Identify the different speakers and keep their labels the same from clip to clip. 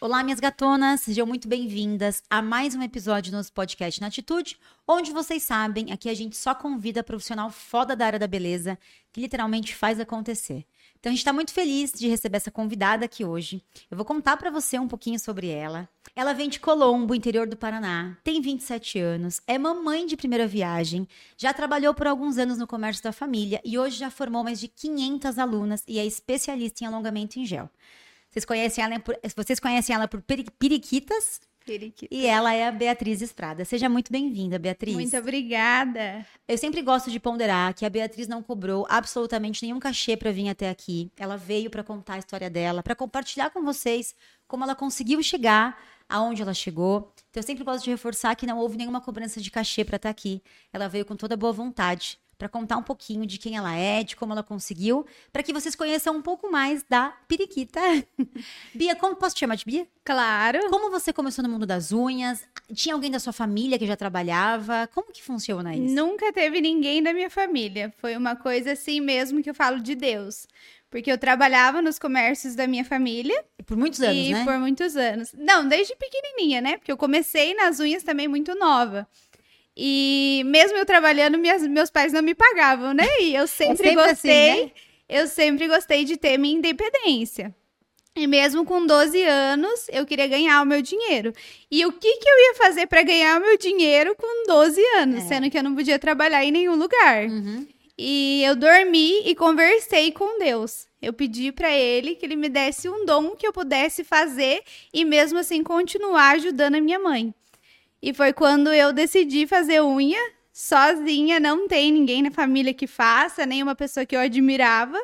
Speaker 1: Olá, minhas gatonas, sejam muito bem-vindas a mais um episódio do nosso podcast Na Atitude, onde vocês sabem, aqui a gente só convida profissional foda da área da beleza, que literalmente faz acontecer. Então a gente está muito feliz de receber essa convidada aqui hoje. Eu vou contar para você um pouquinho sobre ela. Ela vem de Colombo, interior do Paraná, tem 27 anos, é mamãe de primeira viagem, já trabalhou por alguns anos no comércio da família e hoje já formou mais de 500 alunas e é especialista em alongamento em gel. Vocês conhecem ela por, vocês conhecem ela por peri- Periquitas
Speaker 2: Periquito.
Speaker 1: e ela é a Beatriz Estrada. Seja muito bem-vinda, Beatriz.
Speaker 2: Muito obrigada.
Speaker 1: Eu sempre gosto de ponderar que a Beatriz não cobrou absolutamente nenhum cachê para vir até aqui. Ela veio para contar a história dela, para compartilhar com vocês como ela conseguiu chegar aonde ela chegou. Então eu sempre gosto de reforçar que não houve nenhuma cobrança de cachê para estar aqui. Ela veio com toda boa vontade para contar um pouquinho de quem ela é, de como ela conseguiu, para que vocês conheçam um pouco mais da Periquita. Bia, como posso te chamar de Bia?
Speaker 2: Claro.
Speaker 1: Como você começou no mundo das unhas? Tinha alguém da sua família que já trabalhava? Como que
Speaker 2: É
Speaker 1: funciona isso?
Speaker 2: Nunca teve ninguém da minha família. Foi uma coisa assim mesmo que eu falo de Deus. Porque eu trabalhava nos comércios da minha família
Speaker 1: Por muitos anos,
Speaker 2: e
Speaker 1: né?
Speaker 2: por muitos anos. Não, desde pequenininha, né? Porque eu comecei nas unhas também muito nova. E mesmo eu trabalhando, minhas- meus pais não me pagavam, né? E eu sempre,
Speaker 1: É sempre
Speaker 2: gostei.
Speaker 1: assim, né?
Speaker 2: Eu sempre gostei de ter minha independência. E mesmo com 12 anos, eu queria ganhar o meu dinheiro. E o que, que eu ia fazer para ganhar o meu dinheiro com 12 anos,
Speaker 1: É.
Speaker 2: sendo que eu não podia trabalhar em nenhum lugar?
Speaker 1: Uhum.
Speaker 2: E eu dormi e conversei com Deus. Eu pedi para ele que ele me desse um dom que eu pudesse fazer e mesmo assim continuar ajudando a minha mãe. E foi quando eu decidi fazer unha sozinha, não tem ninguém na família que faça, nem uma pessoa que eu admirava.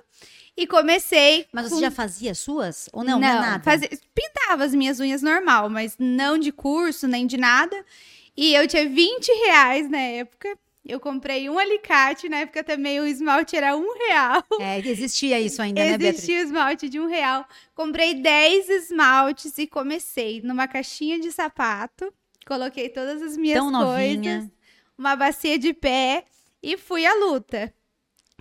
Speaker 2: E comecei.
Speaker 1: Mas
Speaker 2: com-
Speaker 1: você já fazia suas? Ou não? Não, é nada.
Speaker 2: um fazia- pintava as minhas unhas normal, mas não de curso, nem de nada. E eu tinha 20 reais na época. Eu comprei um alicate, na época também o esmalte era um real.
Speaker 1: É, existia isso ainda, né, Beatriz?
Speaker 2: Existia o esmalte de um real. Comprei 10 esmaltes e comecei numa caixinha de sapato. Coloquei todas as minhas
Speaker 1: Tão
Speaker 2: coisas.
Speaker 1: novinha.
Speaker 2: Uma bacia de pé e fui à luta.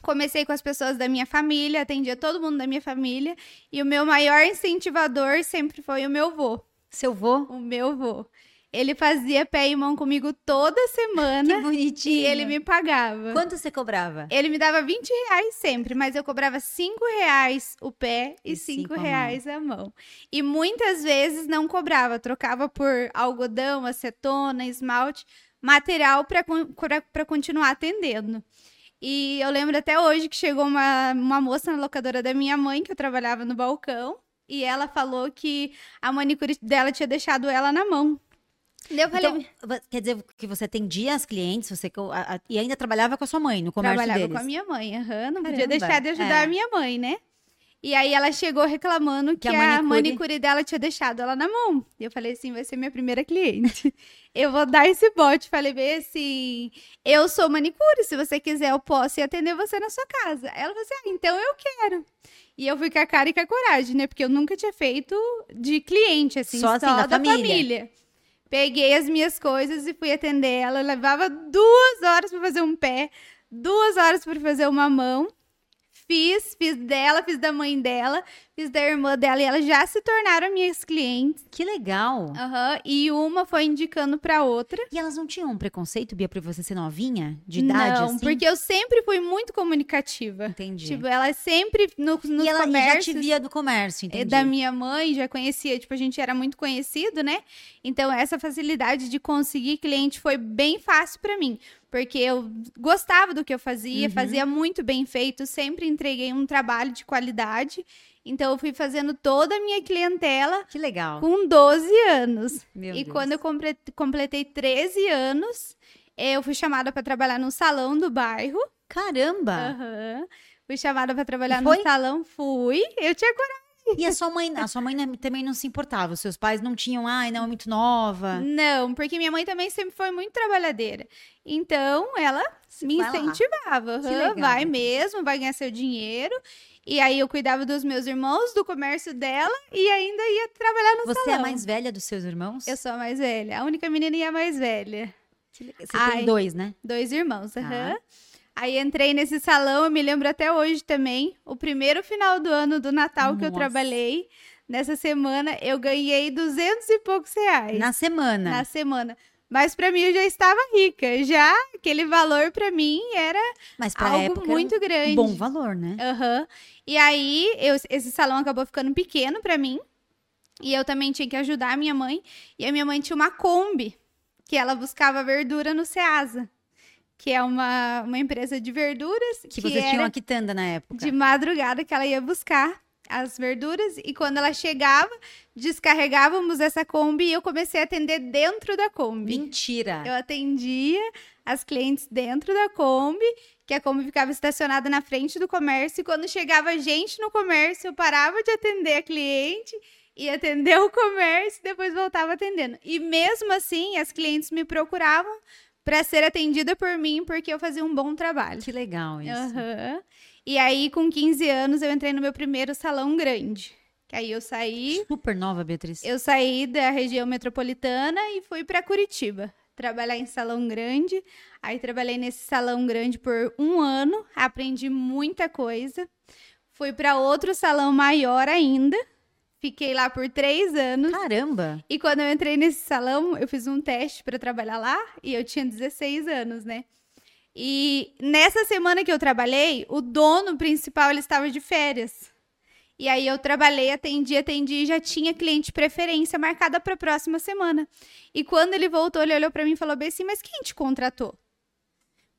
Speaker 2: Comecei com as pessoas da minha família, atendia todo mundo da minha família. E o meu maior incentivador sempre foi o meu vô.
Speaker 1: Seu vô?
Speaker 2: O meu vô. Ele fazia pé e mão comigo toda
Speaker 1: Que
Speaker 2: semana
Speaker 1: bonitinho.
Speaker 2: Né? e ele me pagava.
Speaker 1: Quanto você cobrava?
Speaker 2: Ele me dava 20 reais sempre, mas eu cobrava 5 reais o pé
Speaker 1: E
Speaker 2: e 5
Speaker 1: cinco a mão.
Speaker 2: reais a mão. E muitas vezes não cobrava, trocava por algodão, acetona, esmalte, material para continuar atendendo. E eu lembro até hoje que chegou uma, uma moça na locadora da minha mãe, que eu trabalhava no balcão, e ela falou que a manicure dela tinha deixado ela na mão. Daí eu falei,
Speaker 1: Então, va- quer dizer que você atendia as clientes você, co- a- a- e ainda trabalhava com a sua mãe no comércio
Speaker 2: Trabalhava
Speaker 1: deles?
Speaker 2: com a minha mãe, aham, não podia
Speaker 1: Caramba,
Speaker 2: deixar de ajudar
Speaker 1: é.
Speaker 2: a minha mãe, né? E aí ela chegou reclamando que,
Speaker 1: a
Speaker 2: a,
Speaker 1: manicure-
Speaker 2: manicure... dela tinha deixado ela na mão. E eu falei assim, vai ser minha primeira cliente. eu vou dar esse bote. Falei bem assim, eu sou manicure, se você quiser eu posso ir atender você na sua casa. Ela falou assim, ah, então eu quero. E eu fui com a cara e com a coragem, né? Porque eu nunca tinha feito de cliente, assim,
Speaker 1: Só
Speaker 2: só,
Speaker 1: assim, da
Speaker 2: da,
Speaker 1: família.
Speaker 2: família. Peguei as minhas coisas e fui atender ela. Eu levava duas horas para fazer um pé, duas horas para fazer uma mão. Fiz, fiz dela, fiz da mãe dela, fiz da irmã dela e elas já se tornaram minhas clientes.
Speaker 1: Que legal.
Speaker 2: Aham, E uma foi indicando para outra.
Speaker 1: E elas não tinham um preconceito, Bia, pra você ser novinha? De idade,
Speaker 2: Não,
Speaker 1: assim?
Speaker 2: porque eu sempre fui muito comunicativa.
Speaker 1: Entendi.
Speaker 2: Tipo, elas sempre no, nos
Speaker 1: e ela e já te
Speaker 2: comércios-
Speaker 1: via do comércio, entendi.
Speaker 2: é da minha mãe, já conhecia, tipo, a gente era muito conhecido, né? Então, essa facilidade de conseguir cliente foi bem fácil pra mim, porque eu gostava do que eu fazia,
Speaker 1: Uhum.
Speaker 2: fazia muito bem feito, sempre entreguei um trabalho de qualidade. Então, eu fui fazendo toda a minha clientela
Speaker 1: Que legal.
Speaker 2: com 12 anos
Speaker 1: Meu
Speaker 2: e
Speaker 1: Deus.
Speaker 2: quando eu compre- completei 13 anos, eh, eu fui chamada pra trabalhar num salão do bairro. Ah.
Speaker 1: Caramba!
Speaker 2: Aham. Fui chamada pra trabalhar
Speaker 1: Ah. foi?
Speaker 2: num salão, fui. Eu tinha
Speaker 1: E a sua mãe, a sua mãe não- é, também não se importava? Os seus pais não tinham, ai, não, é muito nova.
Speaker 2: Não, porque minha mãe também sempre foi muito trabalhadeira. Então, ela me
Speaker 1: vai lá.
Speaker 2: incentivava.
Speaker 1: Que
Speaker 2: "Hã,
Speaker 1: legal,
Speaker 2: vai
Speaker 1: Beatriz.
Speaker 2: mesmo, vai ganhar seu dinheiro. E aí eu cuidava dos meus irmãos, do comércio dela e ainda ia trabalhar no
Speaker 1: Você é a
Speaker 2: salão.
Speaker 1: mais velha dos seus irmãos?
Speaker 2: Eu sou a mais velha, a única menina e a mais velha.
Speaker 1: Você tem
Speaker 2: Ai.
Speaker 1: dois, né?
Speaker 2: Dois irmãos, aham. Aí entrei nesse salão, eu me lembro até hoje também, o primeiro final do ano do Natal que eu
Speaker 1: Nossa.
Speaker 2: trabalhei. Nessa semana eu ganhei 200 e poucos reais
Speaker 1: Na semana.
Speaker 2: na semana. Mas pra mim eu já estava rica. Já aquele valor pra mim era
Speaker 1: Mas pra
Speaker 2: algo
Speaker 1: época
Speaker 2: muito
Speaker 1: era
Speaker 2: grande.
Speaker 1: um bom valor, né?
Speaker 2: Aham. E aí, eu- esse salão acabou ficando pequeno pra mim. E eu também tinha que ajudar a minha mãe. E a minha mãe tinha uma Kombi, que ela buscava verdura no Ceasa, que é uma, uma empresa de verduras.
Speaker 1: Que, vocês tinham
Speaker 2: era
Speaker 1: a quitanda na época.
Speaker 2: de madrugada que ela ia buscar as verduras. E quando ela chegava, descarregávamos essa Kombi e eu comecei a atender dentro da Kombi.
Speaker 1: Mentira.
Speaker 2: Eu atendia as clientes dentro da Kombi, que a Kombi ficava estacionada na frente do comércio. E quando chegava gente no comércio, eu parava de atender a cliente e atender o comércio e depois voltava atendendo. E mesmo assim, as clientes me procuravam para ser atendida por mim, porque eu fazia um bom trabalho.
Speaker 1: Que legal isso.
Speaker 2: Aham. E aí, com 15 anos, eu entrei no meu primeiro salão grande. Que aí eu saí.
Speaker 1: Super nova, Beatriz.
Speaker 2: Eu saí da região metropolitana e fui para Curitiba trabalhar em salão grande. Aí trabalhei nesse salão grande por um ano, aprendi muita coisa. Fui para outro salão maior ainda, fiquei lá por três anos.
Speaker 1: Caramba.
Speaker 2: E quando eu entrei nesse salão, eu fiz um teste para trabalhar lá e eu tinha 16 anos, né? E nessa semana que eu trabalhei, o dono principal ele estava de férias. E aí eu trabalhei, atendi, atendi e já tinha cliente preferência marcada para a próxima semana. E quando ele voltou, ele olhou para mim e falou bem assim: "Mas quem te contratou?"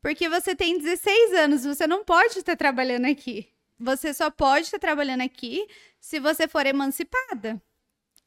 Speaker 2: Porque você tem 16 anos, você não pode estar trabalhando aqui. Você só pode estar trabalhando aqui se você for emancipada.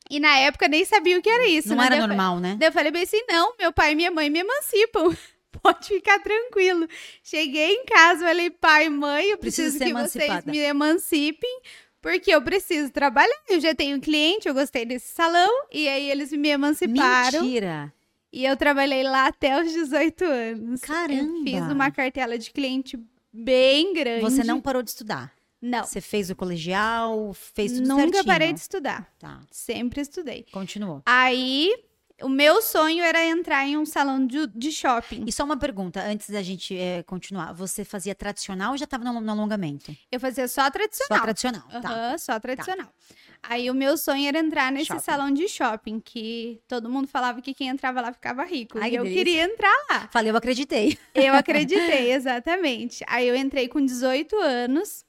Speaker 2: E na época nem sabia o que era isso.
Speaker 1: não
Speaker 2: né?
Speaker 1: era
Speaker 2: Daí eu fa-
Speaker 1: normal, né?
Speaker 2: Daí eu falei bem assim: não, meu pai e minha mãe me emancipam. Pode ficar tranquilo. Cheguei em casa, falei, pai, mãe, eu
Speaker 1: Preciso
Speaker 2: preciso,
Speaker 1: ser
Speaker 2: que vocês
Speaker 1: emancipada."
Speaker 2: me emancipem, porque eu preciso trabalhar. Eu já tenho cliente, eu gostei desse salão, e aí eles me emanciparam.
Speaker 1: Mentira.
Speaker 2: E eu trabalhei lá até os 18 anos.
Speaker 1: Caramba.
Speaker 2: Eu fiz uma cartela de cliente bem grande.
Speaker 1: Você não parou de estudar.
Speaker 2: Não.
Speaker 1: Você fez o colegial, fez tudo
Speaker 2: Nunca
Speaker 1: certinho.
Speaker 2: parei de estudar.
Speaker 1: Tá,
Speaker 2: Sempre estudei.
Speaker 1: continuou.
Speaker 2: Aí, o meu sonho era entrar em um salão de, de shopping.
Speaker 1: E só uma pergunta, antes da gente eh, continuar. Você fazia tradicional ou já estava no, no alongamento?
Speaker 2: Eu fazia só
Speaker 1: Só
Speaker 2: tradicional.
Speaker 1: tradicional, tá.
Speaker 2: Aham, só tradicional. Aí o meu sonho era entrar nesse
Speaker 1: Shopping.
Speaker 2: salão de shopping, que todo mundo falava que quem entrava lá ficava rico.
Speaker 1: Ai,
Speaker 2: e
Speaker 1: que
Speaker 2: eu
Speaker 1: delícia.
Speaker 2: queria entrar lá.
Speaker 1: Falei, eu acreditei.
Speaker 2: Eu acreditei, exatamente. Aí eu entrei com 18 anos.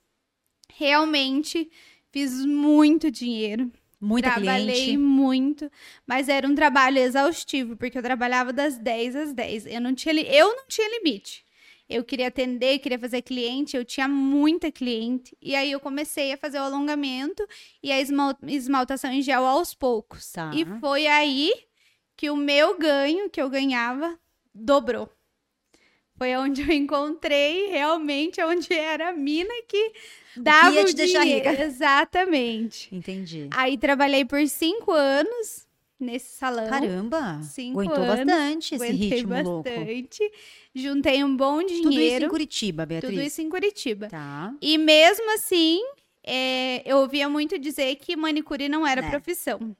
Speaker 2: Realmente fiz muito dinheiro.
Speaker 1: Muita
Speaker 2: trabalhei
Speaker 1: cliente.
Speaker 2: muito. Mas era um trabalho exaustivo, porque eu trabalhava das 10 às 10. Eu não tinha, li- eu não tinha limite. Eu queria atender, queria fazer cliente, eu tinha muita cliente. E aí eu comecei a fazer o alongamento e a esmal- esmaltação em gel aos poucos.
Speaker 1: Tá.
Speaker 2: E foi aí que o meu ganho, que eu ganhava, dobrou. Foi onde eu encontrei realmente onde era a mina que dava
Speaker 1: ia
Speaker 2: o
Speaker 1: te deixar
Speaker 2: dinheiro. Exatamente.
Speaker 1: Entendi.
Speaker 2: Aí trabalhei por cinco anos nesse
Speaker 1: Então,
Speaker 2: salão.
Speaker 1: Caramba,
Speaker 2: Cinco
Speaker 1: aguentou
Speaker 2: anos,
Speaker 1: bastante esse
Speaker 2: aguentei
Speaker 1: ritmo louco.
Speaker 2: bastante. Juntei um bom
Speaker 1: Tudo isso em
Speaker 2: dinheiro.
Speaker 1: Curitiba, Beatriz.
Speaker 2: Tudo isso em Curitiba.
Speaker 1: Tá.
Speaker 2: E mesmo assim, é, eu ouvia muito dizer que manicure não era
Speaker 1: Né.
Speaker 2: profissão.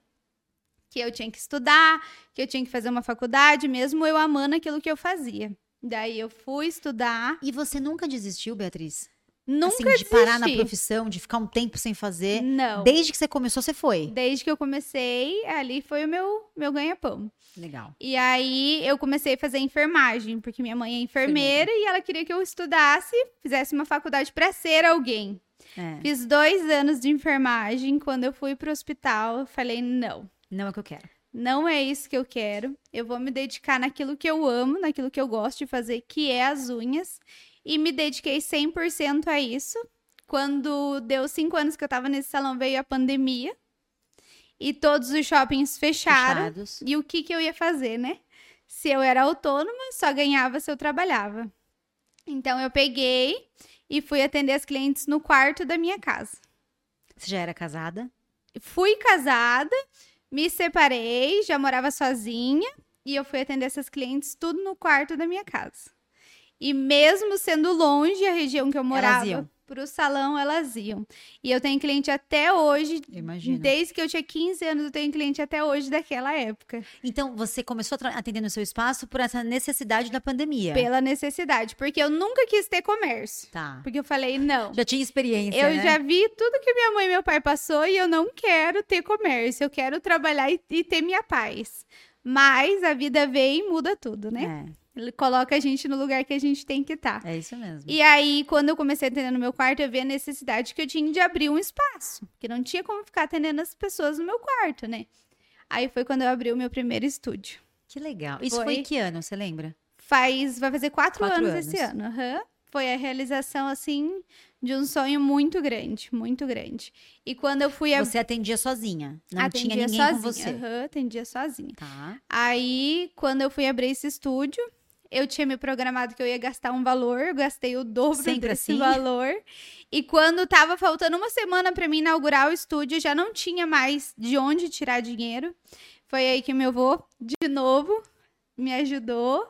Speaker 2: Que eu tinha que estudar, que eu tinha que fazer uma faculdade, mesmo eu amando aquilo que eu fazia. Daí eu fui estudar.
Speaker 1: E você nunca desistiu, Beatriz?
Speaker 2: Nunca
Speaker 1: assim, de parar na
Speaker 2: desisti.
Speaker 1: profissão, de ficar um tempo sem fazer.
Speaker 2: Não.
Speaker 1: Desde que você começou, você foi.
Speaker 2: Desde que eu comecei, ali foi o meu, meu ganha-pão.
Speaker 1: Legal.
Speaker 2: E aí eu comecei a fazer enfermagem, porque minha mãe é enfermeira e ela queria que eu estudasse, fizesse uma faculdade para ser alguém.
Speaker 1: É,
Speaker 2: Fiz dois anos de enfermagem. Quando eu fui pro hospital, eu falei: não,
Speaker 1: não é o que eu quero.
Speaker 2: não é isso que eu quero. Eu vou me dedicar naquilo que eu amo, naquilo que eu gosto de fazer, que é as unhas. E me dediquei 100% a isso. Quando deu cinco anos que eu tava nesse salão, veio a pandemia. E todos os shoppings fecharam.
Speaker 1: Fechados.
Speaker 2: E o que, que eu ia fazer, né? Se eu era autônoma, só ganhava se eu trabalhava. Então eu peguei e fui atender as clientes no quarto da minha casa.
Speaker 1: Você já era casada?
Speaker 2: Fui casada, me separei, já morava sozinha e eu fui atender essas clientes tudo no quarto da minha casa. E mesmo sendo longe a região que eu morava,
Speaker 1: iam.
Speaker 2: pro salão elas iam. E eu tenho cliente até hoje.
Speaker 1: Imagina.
Speaker 2: Desde que eu tinha 15 anos, eu tenho cliente até hoje daquela época.
Speaker 1: Então, você começou a tra- atender no seu espaço por essa necessidade da pandemia.
Speaker 2: Pela necessidade. Porque eu nunca quis ter comércio.
Speaker 1: Tá.
Speaker 2: Porque eu falei, não.
Speaker 1: Já tinha experiência,
Speaker 2: Eu
Speaker 1: né?
Speaker 2: já vi tudo que minha mãe e meu pai passou e eu não quero ter comércio. Eu quero trabalhar e, e ter minha paz. Mas a vida vem e muda tudo, né? Ele coloca a gente no lugar que a gente tem que estar.
Speaker 1: É, é isso mesmo.
Speaker 2: E aí, quando eu comecei a atender no meu quarto, eu vi a necessidade que eu tinha de abrir um espaço. Porque não tinha como ficar atendendo as pessoas no meu quarto, né? Aí foi quando eu abri o meu primeiro estúdio.
Speaker 1: Que legal. Isso foi
Speaker 2: Foi.
Speaker 1: em que ano, você lembra?
Speaker 2: Faz, vai fazer quatro,
Speaker 1: Quatro
Speaker 2: anos,
Speaker 1: anos.
Speaker 2: esse ano. aham. Foi a realização, assim, de um sonho muito grande, muito grande. E quando eu fui... ab-
Speaker 1: Você atendia sozinha. Não
Speaker 2: atendia
Speaker 1: tinha ninguém
Speaker 2: sozinha.
Speaker 1: com você.
Speaker 2: aham, atendia sozinha.
Speaker 1: Tá.
Speaker 2: Aí, quando eu fui abrir esse estúdio, eu tinha me programado que eu ia gastar um valor, eu gastei o dobro
Speaker 1: Sempre
Speaker 2: desse
Speaker 1: assim?
Speaker 2: valor. E quando tava faltando uma semana para mim inaugurar o estúdio, eu já não tinha mais de onde tirar dinheiro. Foi aí que meu avô, de novo, me ajudou,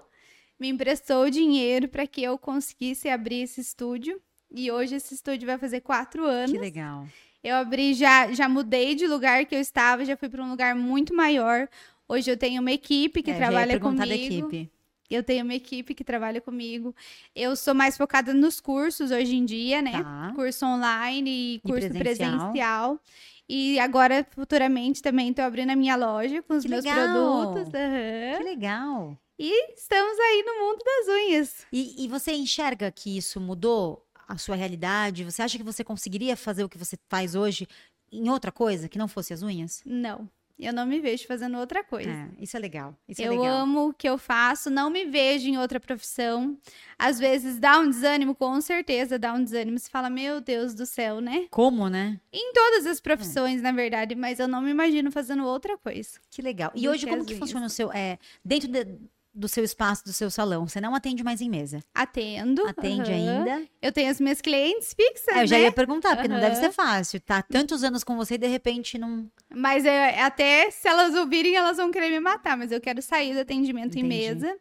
Speaker 2: me emprestou o dinheiro para que eu conseguisse abrir esse estúdio. E hoje esse estúdio vai fazer quatro anos.
Speaker 1: Que legal.
Speaker 2: Eu abri, já, já mudei de lugar que eu estava, já fui para um lugar muito maior. Hoje eu tenho uma equipe que
Speaker 1: É, já ia
Speaker 2: trabalha
Speaker 1: perguntar
Speaker 2: comigo.
Speaker 1: da equipe.
Speaker 2: Eu tenho uma equipe que trabalha comigo. Eu sou mais focada nos cursos hoje em dia, né?
Speaker 1: Tá.
Speaker 2: Curso online e curso
Speaker 1: presencial.
Speaker 2: presencial. E agora, futuramente, também estou abrindo a minha loja com os
Speaker 1: Que
Speaker 2: meus
Speaker 1: legal!
Speaker 2: produtos. aham.
Speaker 1: Que legal.
Speaker 2: E estamos aí no mundo das unhas.
Speaker 1: E, e você enxerga que isso mudou a sua realidade? Você acha que você conseguiria fazer o que você faz hoje em outra coisa que não fosse as unhas?
Speaker 2: Não, eu não me vejo fazendo outra coisa.
Speaker 1: É, isso é legal. Isso é
Speaker 2: eu
Speaker 1: legal.
Speaker 2: amo o que eu faço, não me vejo em outra profissão. Às vezes dá um desânimo, com certeza dá um desânimo. Você fala, meu Deus do céu, né?
Speaker 1: Como, né?
Speaker 2: Em todas as profissões, na verdade, mas eu não me imagino fazendo outra coisa.
Speaker 1: Que legal. E
Speaker 2: Do
Speaker 1: hoje,
Speaker 2: que
Speaker 1: como
Speaker 2: as
Speaker 1: que
Speaker 2: unhas.
Speaker 1: funciona o seu. É, dentro de- do seu espaço, do seu salão, você não atende mais em mesa.
Speaker 2: Atendo.
Speaker 1: Atende
Speaker 2: aham.
Speaker 1: ainda.
Speaker 2: Eu tenho as minhas clientes fixas,
Speaker 1: É, eu já
Speaker 2: né?
Speaker 1: ia perguntar, porque não deve
Speaker 2: Aham.
Speaker 1: ser
Speaker 2: Uhum.
Speaker 1: fácil. Tá há tantos anos com você e de repente não.
Speaker 2: Mas é- até se elas ouvirem, elas vão querer me matar. Mas eu quero sair do atendimento em
Speaker 1: Entendi.
Speaker 2: mesa.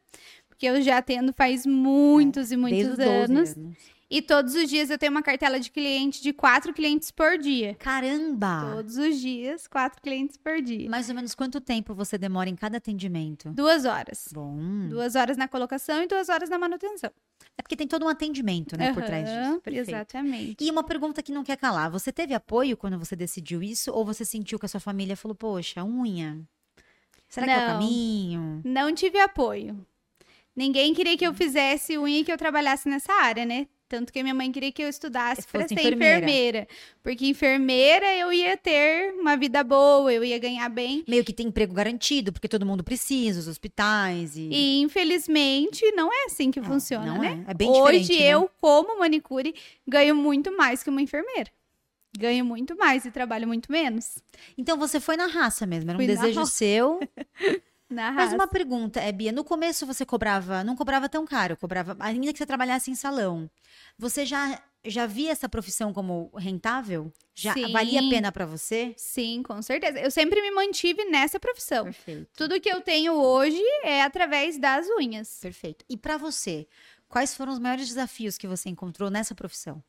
Speaker 2: Porque eu já atendo faz muitos e
Speaker 1: É, desde
Speaker 2: muitos
Speaker 1: os 12
Speaker 2: anos.
Speaker 1: anos.
Speaker 2: E todos os dias eu tenho uma cartela de cliente de quatro clientes por dia.
Speaker 1: Caramba!
Speaker 2: Todos os dias, quatro clientes por dia.
Speaker 1: Mais ou menos quanto tempo você demora em cada atendimento?
Speaker 2: Duas horas.
Speaker 1: Bom.
Speaker 2: Duas horas na colocação e duas horas na manutenção.
Speaker 1: É porque tem todo um atendimento, né, por trás
Speaker 2: Aham,
Speaker 1: disso. Perfeito.
Speaker 2: Exatamente.
Speaker 1: E uma pergunta que não quer calar. Você teve apoio quando você decidiu isso? Ou você sentiu que a sua família falou, poxa, unha? Será que é o
Speaker 2: Não.
Speaker 1: caminho?
Speaker 2: Não tive apoio. Ninguém queria que eu
Speaker 1: Hum.
Speaker 2: fizesse unha e que eu trabalhasse nessa área, né? Tanto que minha mãe queria que eu estudasse
Speaker 1: Que
Speaker 2: para
Speaker 1: fosse
Speaker 2: ser
Speaker 1: enfermeira.
Speaker 2: enfermeira. Porque enfermeira eu ia ter uma vida boa, eu ia ganhar bem.
Speaker 1: Meio que tem emprego garantido, porque todo mundo precisa, os hospitais e...
Speaker 2: E infelizmente não é assim que
Speaker 1: Não,
Speaker 2: funciona,
Speaker 1: não
Speaker 2: né?
Speaker 1: É, é bem
Speaker 2: Hoje
Speaker 1: diferente, né?
Speaker 2: eu, como manicure, ganho muito mais que uma enfermeira. Ganho muito mais e trabalho muito menos.
Speaker 1: Então você foi na raça mesmo, era um
Speaker 2: Fui na
Speaker 1: desejo
Speaker 2: raça.
Speaker 1: seu.
Speaker 2: Na
Speaker 1: Mas
Speaker 2: raça.
Speaker 1: uma pergunta, é, Bia, no começo você cobrava, não cobrava tão caro, cobrava, ainda que você trabalhasse em salão. Você já, já via essa profissão como rentável? Já
Speaker 2: Sim.
Speaker 1: valia a pena pra você?
Speaker 2: Sim, com certeza. Eu sempre me mantive nessa profissão.
Speaker 1: Perfeito.
Speaker 2: Tudo que eu tenho hoje é através das unhas.
Speaker 1: Perfeito. E pra você, quais foram os maiores desafios que você encontrou nessa profissão?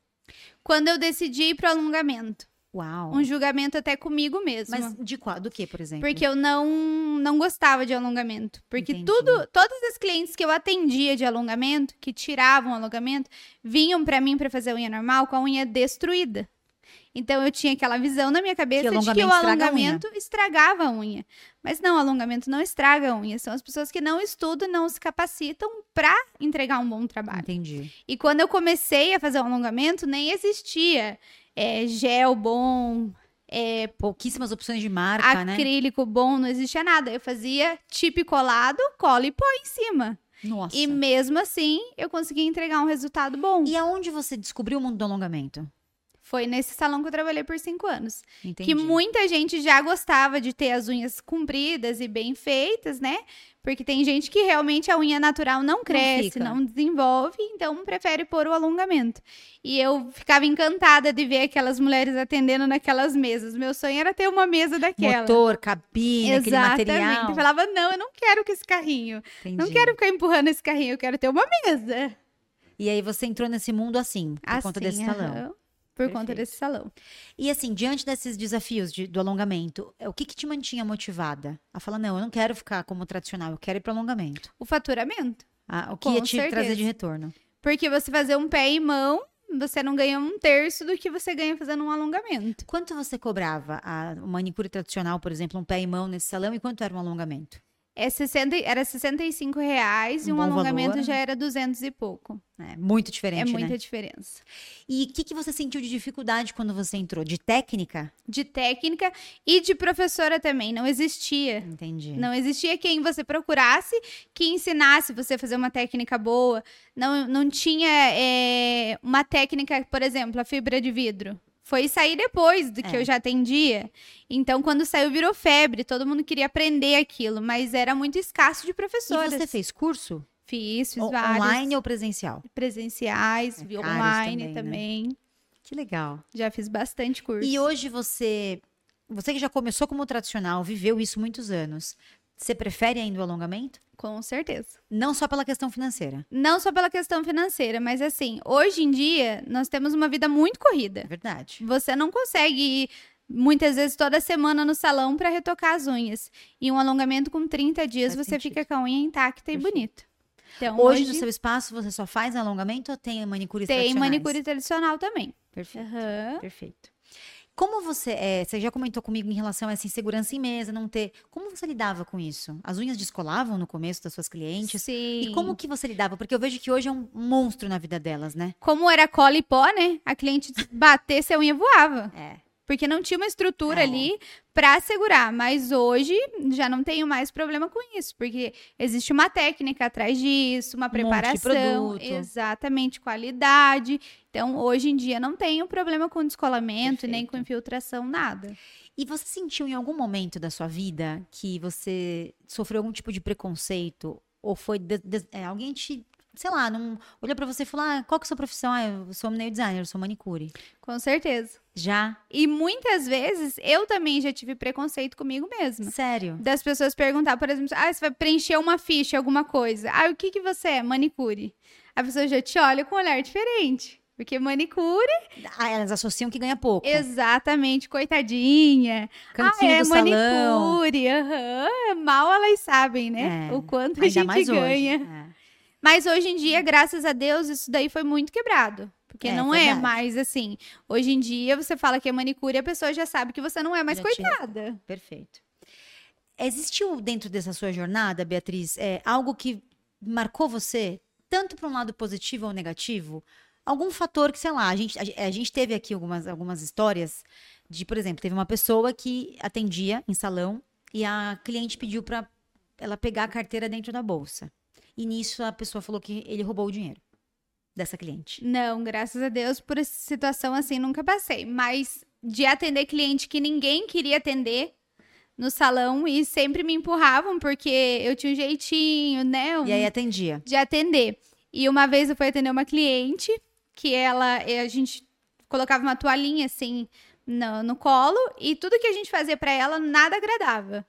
Speaker 2: Quando eu decidi ir pro alongamento.
Speaker 1: Uau.
Speaker 2: Um julgamento até comigo mesma.
Speaker 1: Mas de qual? Do que, por exemplo?
Speaker 2: Porque eu não, não gostava de alongamento. Porque
Speaker 1: Entendi.
Speaker 2: tudo, todas as clientes que eu atendia de alongamento, que tiravam alongamento, vinham pra mim pra fazer a unha normal com a unha destruída. Então eu tinha aquela visão na minha cabeça de
Speaker 1: alongamento
Speaker 2: que o
Speaker 1: estraga a unha.
Speaker 2: alongamento estragava a unha. Mas não, alongamento não estraga a unha. São as pessoas que não estudam e não se capacitam pra entregar um bom trabalho.
Speaker 1: Entendi.
Speaker 2: E quando eu comecei a fazer o alongamento, nem existia é, gel bom, é,
Speaker 1: Pouquíssimas opções de marca, né?
Speaker 2: acrílico bom, não existia nada. Eu fazia tip colado, cola e põe em cima.
Speaker 1: Nossa.
Speaker 2: E mesmo assim, eu conseguia entregar um resultado bom.
Speaker 1: E aonde você descobriu o mundo do alongamento?
Speaker 2: Foi nesse salão que eu trabalhei por cinco anos.
Speaker 1: Entendi.
Speaker 2: Que muita gente já gostava de ter as unhas compridas e bem feitas, né? Porque tem gente que realmente a unha natural não cresce,
Speaker 1: fica.
Speaker 2: não, desenvolve, então prefere pôr o alongamento. E eu ficava encantada de ver aquelas mulheres atendendo naquelas mesas. Meu sonho era ter uma mesa daquela.
Speaker 1: Motor, cabine, aquele material.
Speaker 2: Eu falava, não, eu não quero com esse carrinho. Não
Speaker 1: Entendi.
Speaker 2: quero ficar empurrando esse carrinho, eu quero ter uma mesa.
Speaker 1: E aí você entrou nesse mundo assim, por conta desse
Speaker 2: aham.
Speaker 1: salão.
Speaker 2: por conta
Speaker 1: Perfeito.
Speaker 2: desse salão.
Speaker 1: E assim, diante desses desafios de- do alongamento, é, o que, que te mantinha motivada? A falar, não, eu não quero ficar como tradicional, eu quero ir para alongamento.
Speaker 2: O faturamento.
Speaker 1: Ah, o que
Speaker 2: Com
Speaker 1: ia te trazer de
Speaker 2: certeza.
Speaker 1: retorno?
Speaker 2: Porque você fazer um pé e mão, você não ganha um terço do que você ganha fazendo um alongamento.
Speaker 1: Quanto você cobrava a manicure tradicional, por exemplo, um pé e mão nesse salão, e quanto era um alongamento?
Speaker 2: É 60, e- era 65 reais e
Speaker 1: Um
Speaker 2: um
Speaker 1: bom
Speaker 2: alongamento
Speaker 1: valor.
Speaker 2: já era 200 e pouco.
Speaker 1: É muito diferente,
Speaker 2: é muita
Speaker 1: né?
Speaker 2: diferença.
Speaker 1: E o que, que você sentiu de dificuldade quando você entrou? De técnica?
Speaker 2: De técnica e de professora também, não existia.
Speaker 1: Entendi.
Speaker 2: Não existia quem você procurasse que ensinasse você a fazer uma técnica boa. Não, não tinha é, uma técnica, por exemplo, a fibra de vidro. Foi sair depois do que
Speaker 1: É.
Speaker 2: eu já atendia. Então, quando saiu, virou febre. Todo mundo queria aprender aquilo, mas era muito escasso de
Speaker 1: E
Speaker 2: professoras.
Speaker 1: você fez curso?
Speaker 2: Fiz, fiz
Speaker 1: O-
Speaker 2: vários.
Speaker 1: Online ou presencial?
Speaker 2: Presenciais, vi
Speaker 1: caros
Speaker 2: online
Speaker 1: também,
Speaker 2: também.
Speaker 1: Que legal.
Speaker 2: Já fiz bastante curso.
Speaker 1: E hoje você, você que já começou como tradicional, viveu isso muitos anos, você prefere ainda o alongamento?
Speaker 2: Com certeza.
Speaker 1: Não só pela questão financeira.
Speaker 2: Não só pela questão financeira, mas assim, hoje em dia, nós temos uma vida muito corrida.
Speaker 1: É verdade.
Speaker 2: Você não consegue ir muitas vezes toda semana no salão para retocar as unhas. E um alongamento com 30 dias
Speaker 1: Faz
Speaker 2: você
Speaker 1: sentido.
Speaker 2: fica com a unha intacta
Speaker 1: Perfeito.
Speaker 2: e bonita. Então,
Speaker 1: Hoje,
Speaker 2: hoje,
Speaker 1: no seu espaço você só faz alongamento ou tem manicure
Speaker 2: tem manicure tradicional também.
Speaker 1: Perfeito.
Speaker 2: Aham.
Speaker 1: Perfeito. Como você, é, você já comentou comigo em relação a essa insegurança em mesa, não ter. Como você lidava com isso? As unhas descolavam no começo das suas clientes?
Speaker 2: Sim.
Speaker 1: E como que você lidava? Porque eu vejo que hoje é um monstro na vida delas, né?
Speaker 2: Como era cola e pó, né? A cliente batesse a unha voava.
Speaker 1: É.
Speaker 2: Porque não tinha uma estrutura
Speaker 1: É.
Speaker 2: ali para segurar. Mas hoje já não tenho mais problema com isso. Porque existe uma técnica atrás disso, uma
Speaker 1: Um monte de
Speaker 2: preparação.
Speaker 1: produto.
Speaker 2: Exatamente, qualidade. Então, hoje em dia não tenho problema com descolamento, nem
Speaker 1: Perfeito.
Speaker 2: com infiltração, nada.
Speaker 1: E você sentiu em algum momento da sua vida que você sofreu algum tipo de preconceito? Ou foi. de- de- é, alguém te. Sei lá, não, olhou pra você e falou: ah, qual que é a sua profissão? Ah, eu sou nail designer, eu sou manicure.
Speaker 2: Com certeza.
Speaker 1: Já?
Speaker 2: E muitas vezes eu também já tive preconceito comigo mesma.
Speaker 1: Sério?
Speaker 2: das pessoas perguntar, por exemplo, ah, você vai preencher uma ficha, alguma coisa. Ah, o que que você é? Manicure. A pessoa já te olha com um olhar diferente. Porque manicure,
Speaker 1: Ah, elas associam que ganha pouco.
Speaker 2: exatamente, coitadinha.
Speaker 1: Cantinho
Speaker 2: ah, é
Speaker 1: do salão.
Speaker 2: manicure. aham. Mal elas sabem, né?
Speaker 1: É,
Speaker 2: O quanto a
Speaker 1: Ainda
Speaker 2: gente
Speaker 1: mais
Speaker 2: ganha.
Speaker 1: hoje. É.
Speaker 2: Mas hoje em dia, graças a Deus, isso daí foi muito quebrado. Porque
Speaker 1: É,
Speaker 2: não é
Speaker 1: verdade.
Speaker 2: mais assim. Hoje em dia, você fala que é manicure, a pessoa já sabe que você não é mais
Speaker 1: Já te
Speaker 2: coitada.
Speaker 1: Perfeito. Existiu dentro dessa sua jornada, Beatriz, é, algo que marcou você, tanto para um lado positivo ou negativo? Algum fator que, sei lá, a gente, a, ge- a gente teve aqui algumas, algumas histórias de, por exemplo, teve uma pessoa que atendia em salão e a cliente pediu para ela pegar a carteira dentro da bolsa. E nisso a pessoa falou que ele roubou o dinheiro dessa cliente.
Speaker 2: Não, graças a Deus, por essa situação assim nunca passei. Mas de atender cliente que ninguém queria atender no salão e sempre me empurravam porque eu tinha um jeitinho, né? um-
Speaker 1: E aí atendia.
Speaker 2: de atender. E uma vez eu fui atender uma cliente que ela, eh, a gente colocava uma toalhinha assim no, no colo e tudo que a gente fazia pra ela nada agradava.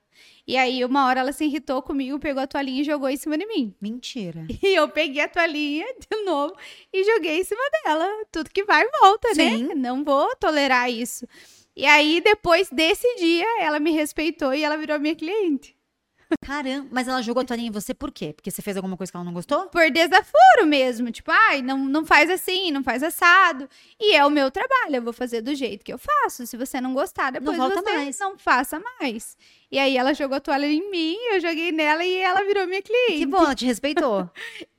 Speaker 2: E aí uma hora ela se irritou comigo, pegou a toalhinha e jogou em cima de mim.
Speaker 1: Mentira.
Speaker 2: E eu peguei a toalhinha de novo e joguei em cima dela. Tudo que vai volta, né? Não vou tolerar isso. E aí depois desse dia ela me respeitou e ela virou minha cliente.
Speaker 1: Caramba. Mas ela jogou a toalhinha em você por quê? Porque você fez alguma coisa que ela não gostou?
Speaker 2: por desaforo mesmo. Tipo, ai, não, não faz assim, não faz assado. E é o meu trabalho, eu vou fazer do jeito que eu faço. Se você não gostar, depois
Speaker 1: volta
Speaker 2: você
Speaker 1: mais.
Speaker 2: não faça mais. E aí ela jogou a toalha em mim, eu joguei nela e ela virou minha
Speaker 1: Que
Speaker 2: cliente.
Speaker 1: bom, ela te respeitou.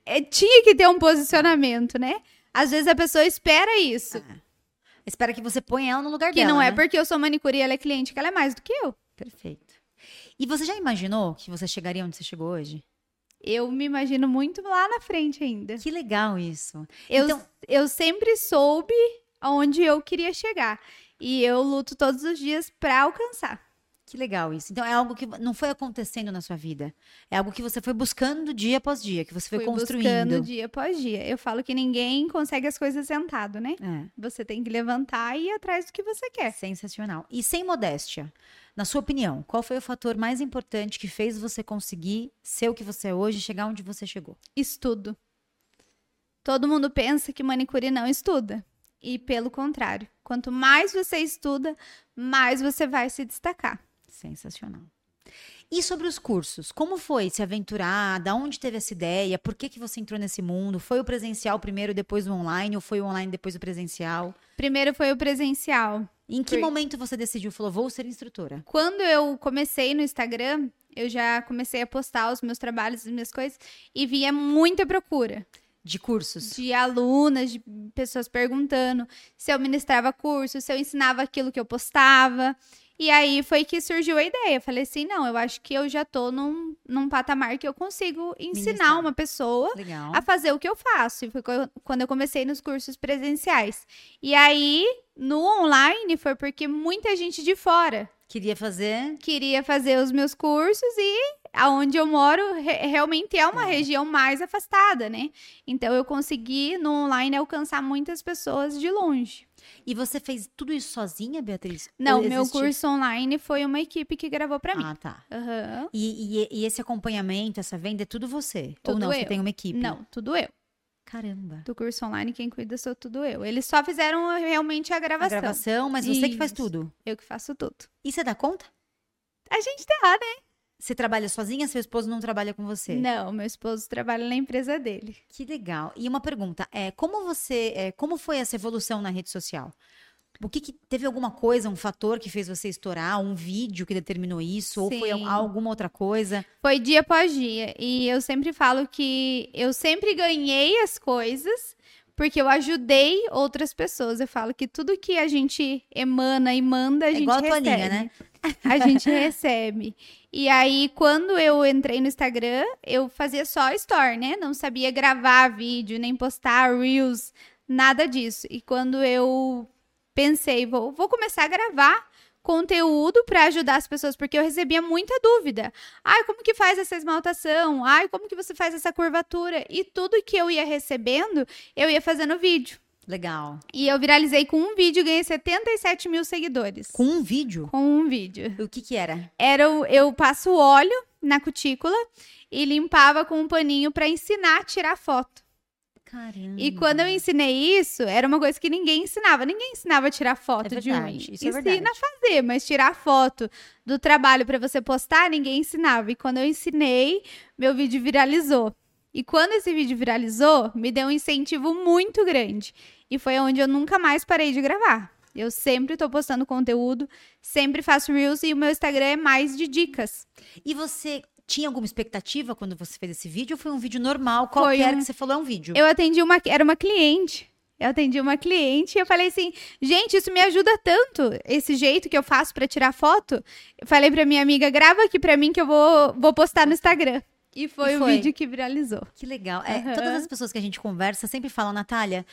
Speaker 2: É, tinha que ter um posicionamento, né? Às vezes a pessoa espera isso.
Speaker 1: Espero que você ponha ela no lugar
Speaker 2: que
Speaker 1: dela.
Speaker 2: não é
Speaker 1: né?
Speaker 2: porque eu sou manicure e ela é cliente, que ela é mais do que eu.
Speaker 1: Perfeito. E você já imaginou que você chegaria onde você chegou hoje?
Speaker 2: Eu me imagino muito lá na frente ainda.
Speaker 1: Que legal isso.
Speaker 2: Eu,
Speaker 1: Então-
Speaker 2: eu sempre soube aonde eu queria chegar. E eu luto todos os dias pra alcançar.
Speaker 1: Que legal isso. Então é algo que não foi acontecendo na sua vida. É algo que você foi buscando dia após dia, que você foi
Speaker 2: Fui
Speaker 1: construindo.
Speaker 2: buscando dia após dia. Eu falo que ninguém consegue as coisas sentado, né?
Speaker 1: É,
Speaker 2: Você tem que levantar e ir atrás do que você quer.
Speaker 1: sensacional. E sem modéstia, na sua opinião, qual foi o fator mais importante que fez você conseguir ser o que você é hoje, e chegar onde você chegou?
Speaker 2: Estudo. Todo mundo pensa que manicure não estuda. E pelo contrário, quanto mais você estuda, mais você vai se destacar.
Speaker 1: Sensacional. E sobre os cursos, como foi se aventurar? Da onde teve essa ideia? Por que, que você entrou nesse mundo? Foi o presencial primeiro, depois o online? Ou foi o online, depois o presencial?
Speaker 2: Primeiro foi o presencial.
Speaker 1: Em que
Speaker 2: Foi.
Speaker 1: momento você decidiu, falou, vou ser instrutora?
Speaker 2: Quando eu comecei no Instagram, eu já comecei a postar os meus trabalhos, as minhas coisas, e vinha muita procura
Speaker 1: De cursos?
Speaker 2: de alunas, de pessoas perguntando se eu ministrava curso, se eu ensinava aquilo que eu postava. E aí foi que surgiu a ideia. Eu falei assim: não, eu acho que eu já tô num, num patamar que eu consigo ensinar
Speaker 1: Ministrar.
Speaker 2: uma pessoa
Speaker 1: Legal.
Speaker 2: a fazer o que eu faço. E foi co- quando eu comecei nos cursos presenciais. E aí, no online, foi porque muita gente de fora
Speaker 1: Queria fazer.
Speaker 2: queria fazer os meus cursos e aonde eu moro re- realmente é uma
Speaker 1: É.
Speaker 2: região mais afastada, né? Então eu consegui no online alcançar muitas pessoas de longe.
Speaker 1: E você fez tudo isso sozinha, Beatriz?
Speaker 2: Não,
Speaker 1: Ou
Speaker 2: meu
Speaker 1: existe-
Speaker 2: curso online foi uma equipe que gravou pra mim.
Speaker 1: Ah, tá.
Speaker 2: Aham.
Speaker 1: E, e- e esse acompanhamento, essa venda, é tudo você? Ou
Speaker 2: Tudo
Speaker 1: não, você
Speaker 2: eu.
Speaker 1: tem uma equipe?
Speaker 2: Não, tudo eu.
Speaker 1: Caramba.
Speaker 2: Do curso online, quem cuida sou tudo eu. Eles só fizeram ah, realmente a
Speaker 1: A
Speaker 2: gravação.
Speaker 1: gravação, mas você que faz
Speaker 2: Isso.
Speaker 1: tudo.
Speaker 2: Eu que faço tudo.
Speaker 1: E você dá conta?
Speaker 2: A gente tá, né?
Speaker 1: Você trabalha sozinha, seu esposo não trabalha com você?
Speaker 2: Não, meu esposo trabalha na empresa dele.
Speaker 1: Que legal. E uma pergunta, é, como você, é, como foi essa evolução na rede social? O que, que- teve alguma coisa, um fator que fez você estourar, um vídeo que determinou isso, ou foi
Speaker 2: Sim.
Speaker 1: al- alguma outra coisa?
Speaker 2: Foi dia após dia. E eu sempre falo que eu sempre ganhei as coisas porque eu ajudei outras pessoas. Eu falo que tudo que a gente emana e manda, a
Speaker 1: É
Speaker 2: gente
Speaker 1: igual a
Speaker 2: recebe.
Speaker 1: Toninha, né?
Speaker 2: A gente recebe. E aí, quando eu entrei no Instagram, eu fazia só story, né? Não sabia gravar vídeo, nem postar reels, nada disso. E quando eu pensei, vou, vou começar a gravar conteúdo para ajudar as pessoas, porque eu recebia muita dúvida. Ai, como que faz essa esmaltação? Ai, como que você faz essa curvatura? E tudo que eu ia recebendo, eu ia fazendo vídeo.
Speaker 1: Legal.
Speaker 2: E eu viralizei com um vídeo e ganhei 77 mil seguidores.
Speaker 1: Com um vídeo?
Speaker 2: Com um vídeo
Speaker 1: O que que era?
Speaker 2: era o- eu passo óleo na cutícula e limpava com um paninho pra ensinar a tirar foto.
Speaker 1: Caramba.
Speaker 2: E quando eu ensinei isso, era uma coisa que ninguém ensinava. Ninguém ensinava a tirar
Speaker 1: É
Speaker 2: foto de um unha.
Speaker 1: verdade, isso é
Speaker 2: Ensina
Speaker 1: verdade.
Speaker 2: a fazer, mas tirar foto do trabalho pra você postar, ninguém ensinava. E quando eu ensinei, meu vídeo viralizou. E quando esse vídeo viralizou, me deu um incentivo muito grande. E foi onde eu nunca mais parei de gravar. Eu sempre tô postando conteúdo, sempre faço reels e o meu Instagram é mais de dicas.
Speaker 1: E você tinha alguma expectativa quando você fez esse vídeo? Ou foi um vídeo normal, qualquer
Speaker 2: um-
Speaker 1: que você falou é um vídeo?
Speaker 2: Eu atendi uma. Era uma cliente. Eu atendi uma cliente e eu falei assim: gente, isso me ajuda tanto, esse jeito que eu faço pra tirar foto. Eu falei pra minha amiga: grava aqui pra mim que eu vou, vou postar no Instagram. E foi,
Speaker 1: E
Speaker 2: o
Speaker 1: foi.
Speaker 2: vídeo que viralizou.
Speaker 1: Que legal. É,
Speaker 2: Aham.
Speaker 1: Todas as pessoas que a gente conversa sempre falam, Natália,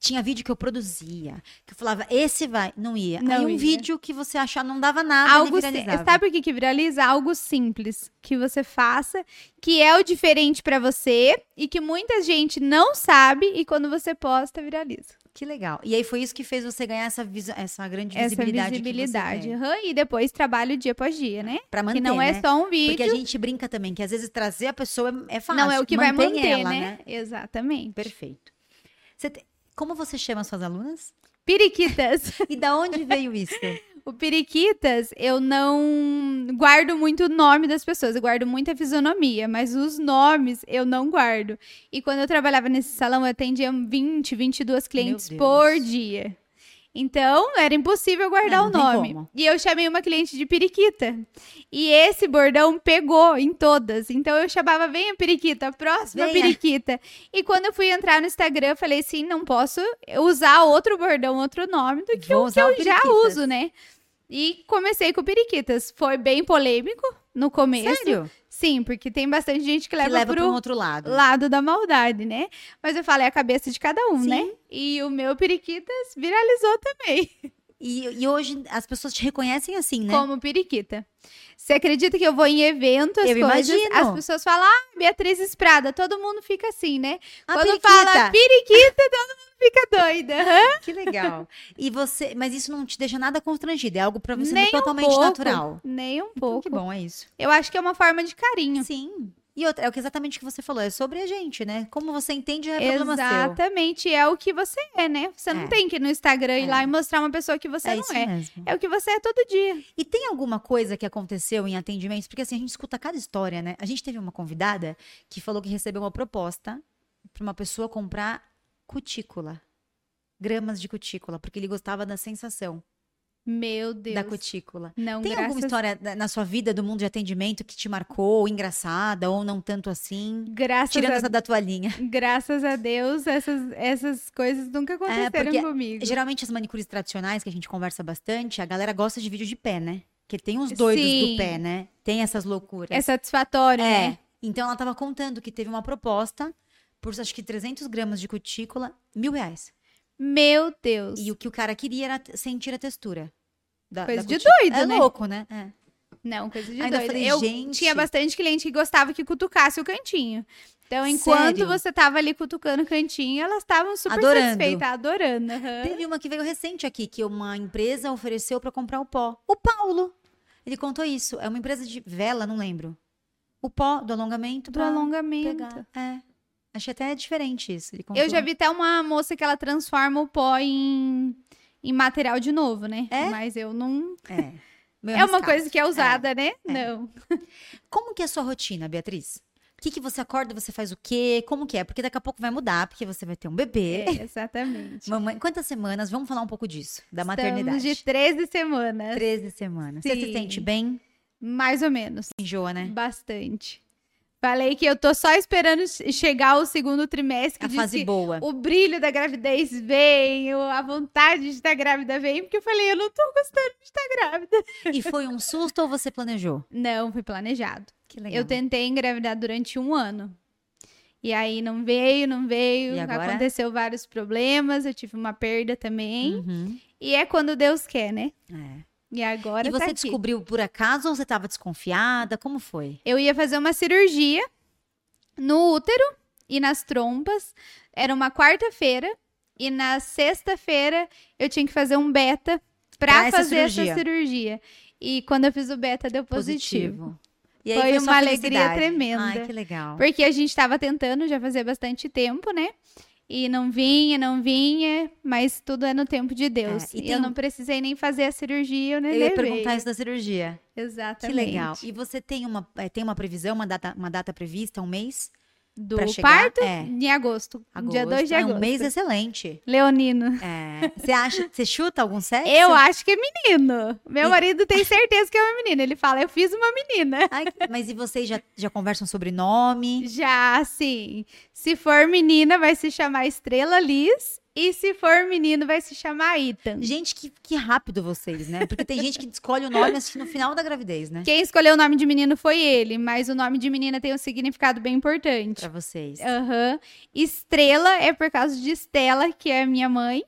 Speaker 1: tinha vídeo que eu produzia, que eu falava, esse vai, não ia.
Speaker 2: Não
Speaker 1: Aí um
Speaker 2: ia.
Speaker 1: vídeo que você achar não dava nada,
Speaker 2: Algo é
Speaker 1: ele
Speaker 2: si-
Speaker 1: viralizava.
Speaker 2: sabe o que, que viraliza? Algo simples que você faça, que é o diferente pra você e que muita gente não sabe e quando você posta, viraliza.
Speaker 1: Que legal. E aí foi isso que fez você ganhar essa, visu- essa grande
Speaker 2: Essa
Speaker 1: visibilidade.
Speaker 2: visibilidade.
Speaker 1: Que você
Speaker 2: Aham, e depois trabalho dia após dia, né?
Speaker 1: tem, pra manter,
Speaker 2: que não é
Speaker 1: né?
Speaker 2: só um vídeo.
Speaker 1: Porque a gente brinca também, que às vezes trazer a pessoa é, é fácil.
Speaker 2: Não é o que vai
Speaker 1: mantém
Speaker 2: manter,
Speaker 1: ela,
Speaker 2: né? Exatamente.
Speaker 1: Perfeito. Você te- Como você chama suas alunas?
Speaker 2: Periquitas.
Speaker 1: E da onde veio isso?
Speaker 2: o periquitas, eu não guardo muito o nome das pessoas, eu guardo muito a fisionomia, mas os nomes eu não guardo. E quando eu trabalhava nesse salão, eu atendia 20, 22 clientes
Speaker 1: Deus.
Speaker 2: por dia. Então, era impossível guardar
Speaker 1: É, não
Speaker 2: o
Speaker 1: tem
Speaker 2: nome.
Speaker 1: como.
Speaker 2: E eu chamei uma cliente de periquita. E esse bordão pegou em todas. Então eu chamava, venha periquita, próxima
Speaker 1: Venha.
Speaker 2: periquita. E quando eu fui entrar no Instagram, eu falei assim, não posso usar outro bordão, outro nome do que
Speaker 1: Vou
Speaker 2: é o que
Speaker 1: usar
Speaker 2: eu
Speaker 1: o
Speaker 2: Então, já
Speaker 1: periquitas.
Speaker 2: uso, né? E comecei com periquitas. Foi bem polêmico no começo.
Speaker 1: Sério?
Speaker 2: Sim, porque tem bastante gente que
Speaker 1: Que
Speaker 2: leva,
Speaker 1: leva para
Speaker 2: pro
Speaker 1: um outro lado.
Speaker 2: lado da maldade, né? Mas eu falo, é a cabeça de cada um,
Speaker 1: Sim.
Speaker 2: né? E o meu periquitas viralizou também.
Speaker 1: E, e hoje as pessoas te reconhecem assim, né?
Speaker 2: Como periquita. Você acredita que eu vou em evento, as
Speaker 1: Eu
Speaker 2: coisas,
Speaker 1: imagino.
Speaker 2: as pessoas falam, ah, Beatriz Estrada, todo mundo fica assim, né?
Speaker 1: A
Speaker 2: Quando
Speaker 1: Ah, periquita.
Speaker 2: fala periquita, todo mundo fica doida. Aham.
Speaker 1: Que legal. E você, mas isso não te deixa nada constrangida, é algo pra você
Speaker 2: Nem um
Speaker 1: totalmente
Speaker 2: pouco.
Speaker 1: natural.
Speaker 2: Nem um
Speaker 1: Então,
Speaker 2: pouco.
Speaker 1: que bom, é isso.
Speaker 2: Eu acho que é uma forma de carinho.
Speaker 1: Sim. E outra, é o que exatamente o que você falou, é sobre a gente, né? Como você entende é problema seu.
Speaker 2: Exatamente, é o que você é, né? Você não
Speaker 1: É.
Speaker 2: tem que ir no Instagram ir lá e mostrar uma pessoa que você
Speaker 1: é
Speaker 2: não
Speaker 1: isso
Speaker 2: é.
Speaker 1: mesmo.
Speaker 2: É o que você é todo dia.
Speaker 1: E tem alguma coisa que aconteceu em atendimentos? Porque assim, a gente escuta cada história, né? A gente teve uma convidada que falou que recebeu uma proposta para uma pessoa comprar cutícula. Gramas de cutícula, porque ele gostava da sensação
Speaker 2: Meu Deus.
Speaker 1: da cutícula.
Speaker 2: Não,
Speaker 1: Tem
Speaker 2: Então, graças...
Speaker 1: alguma história da- na sua vida do mundo de atendimento que te marcou, engraçada ou não tanto assim?
Speaker 2: Graças
Speaker 1: Tirando
Speaker 2: a
Speaker 1: essa da toalhinha.
Speaker 2: Graças a Deus, essas, essas coisas nunca aconteceram
Speaker 1: porque
Speaker 2: comigo.
Speaker 1: Geralmente as manicures tradicionais que a gente conversa bastante, a galera gosta de vídeo de pé, né? Porque tem os doidos
Speaker 2: É, Sim.
Speaker 1: do pé, né? Tem essas loucuras.
Speaker 2: É satisfatório,
Speaker 1: É.
Speaker 2: né?
Speaker 1: Então ela tava contando que teve uma proposta por acho que 300 gramas de cutícula, mil reais.
Speaker 2: Meu Deus.
Speaker 1: E o que o cara queria era te- sentir a textura. Da,
Speaker 2: Coisa
Speaker 1: da
Speaker 2: de
Speaker 1: cutícula.
Speaker 2: doido,
Speaker 1: é
Speaker 2: né?
Speaker 1: louco, né? É.
Speaker 2: Não, coisa de
Speaker 1: Ainda
Speaker 2: doido.
Speaker 1: falei,
Speaker 2: eu
Speaker 1: gente.
Speaker 2: tinha bastante cliente que gostava que cutucasse o cantinho. Então, enquanto
Speaker 1: Sério?
Speaker 2: você tava ali cutucando o cantinho, elas estavam super
Speaker 1: Adorando.
Speaker 2: satisfeitas, adorando. aham.
Speaker 1: Teve uma que veio recente aqui, que uma empresa ofereceu pra comprar o pó. O Paulo. Ele contou isso. É uma empresa de vela, não lembro. O pó do alongamento
Speaker 2: Do
Speaker 1: pra
Speaker 2: alongamento.
Speaker 1: pegar. É. Achei até diferente isso. Ele contou.
Speaker 2: Eu já vi até uma moça que ela transforma o pó em, em material de novo, né?
Speaker 1: É?
Speaker 2: Mas eu não.
Speaker 1: É, Meio
Speaker 2: É uma
Speaker 1: arriscado.
Speaker 2: coisa que é usada, né? Não.
Speaker 1: Como que é a sua rotina, Beatriz? O que, que você acorda, você faz o quê? Como que é? Porque daqui a pouco vai mudar, porque você vai ter um bebê.
Speaker 2: É, exatamente.
Speaker 1: Mamãe, quantas semanas? Vamos falar um pouco disso, da maternidade.
Speaker 2: Estamos de 13 semanas.
Speaker 1: 13 semanas. Você se
Speaker 2: Sim.
Speaker 1: sente bem?
Speaker 2: Mais ou menos.
Speaker 1: Enjoa, né?
Speaker 2: Bastante. Falei que eu tô só esperando che- chegar o segundo trimestre. Que
Speaker 1: A
Speaker 2: diz
Speaker 1: fase
Speaker 2: que
Speaker 1: boa.
Speaker 2: o brilho da gravidez vem, o- a vontade de estar grávida vem, porque eu falei, eu não tô gostando de estar grávida.
Speaker 1: E foi um susto ou você planejou?
Speaker 2: Não, foi planejado.
Speaker 1: Que legal.
Speaker 2: Eu tentei engravidar durante um ano. E aí não veio, não veio.
Speaker 1: E agora?
Speaker 2: Aconteceu vários problemas, eu tive uma perda também.
Speaker 1: Uhum.
Speaker 2: E é quando Deus quer, né?
Speaker 1: É.
Speaker 2: E agora
Speaker 1: E
Speaker 2: tá
Speaker 1: você
Speaker 2: aqui.
Speaker 1: descobriu por acaso ou você estava desconfiada? Como foi?
Speaker 2: Eu ia fazer uma cirurgia no útero e nas trompas. Era uma quarta-feira. E na sexta-feira eu tinha que fazer um beta pra
Speaker 1: Pra essa
Speaker 2: fazer
Speaker 1: cirurgia.
Speaker 2: essa cirurgia. E quando eu fiz o beta, deu positivo.
Speaker 1: E aí
Speaker 2: Foi
Speaker 1: só
Speaker 2: uma alegria
Speaker 1: felicidade.
Speaker 2: tremenda.
Speaker 1: Ai, que legal.
Speaker 2: Porque a gente tava tentando já fazia bastante tempo, né? E não vinha, não vinha, mas tudo é no tempo de Deus.
Speaker 1: É, e
Speaker 2: e
Speaker 1: tem
Speaker 2: eu
Speaker 1: um-
Speaker 2: não precisei nem fazer a cirurgia, né?
Speaker 1: Eu ia perguntar isso da cirurgia. Que
Speaker 2: Exatamente.
Speaker 1: legal. E você tem uma, eh, tem uma previsão, uma data, uma data prevista, um mês?
Speaker 2: Do
Speaker 1: pra chegar?
Speaker 2: parto
Speaker 1: É.
Speaker 2: em agosto, Dia 2 de
Speaker 1: É
Speaker 2: agosto.
Speaker 1: um mês excelente.
Speaker 2: Leonino.
Speaker 1: É. Você acha, você chuta algum sexo?
Speaker 2: Eu acho que é menino. Meu marido tem certeza que é uma menina. Ele fala, eu fiz uma menina.
Speaker 1: Ai, que- mas e vocês já, já conversam sobre nome?
Speaker 2: Já, sim. Se for menina, vai se chamar Estrela Liz. E se for menino, vai se chamar Ethan.
Speaker 1: Gente, que, que rápido vocês, né? Porque tem gente que escolhe o nome assim, no final da gravidez, né?
Speaker 2: Quem escolheu o nome de menino foi ele, mas o nome de menina tem um significado bem importante.
Speaker 1: Pra vocês.
Speaker 2: Aham. Estrela é por causa de Estela, que é minha mãe.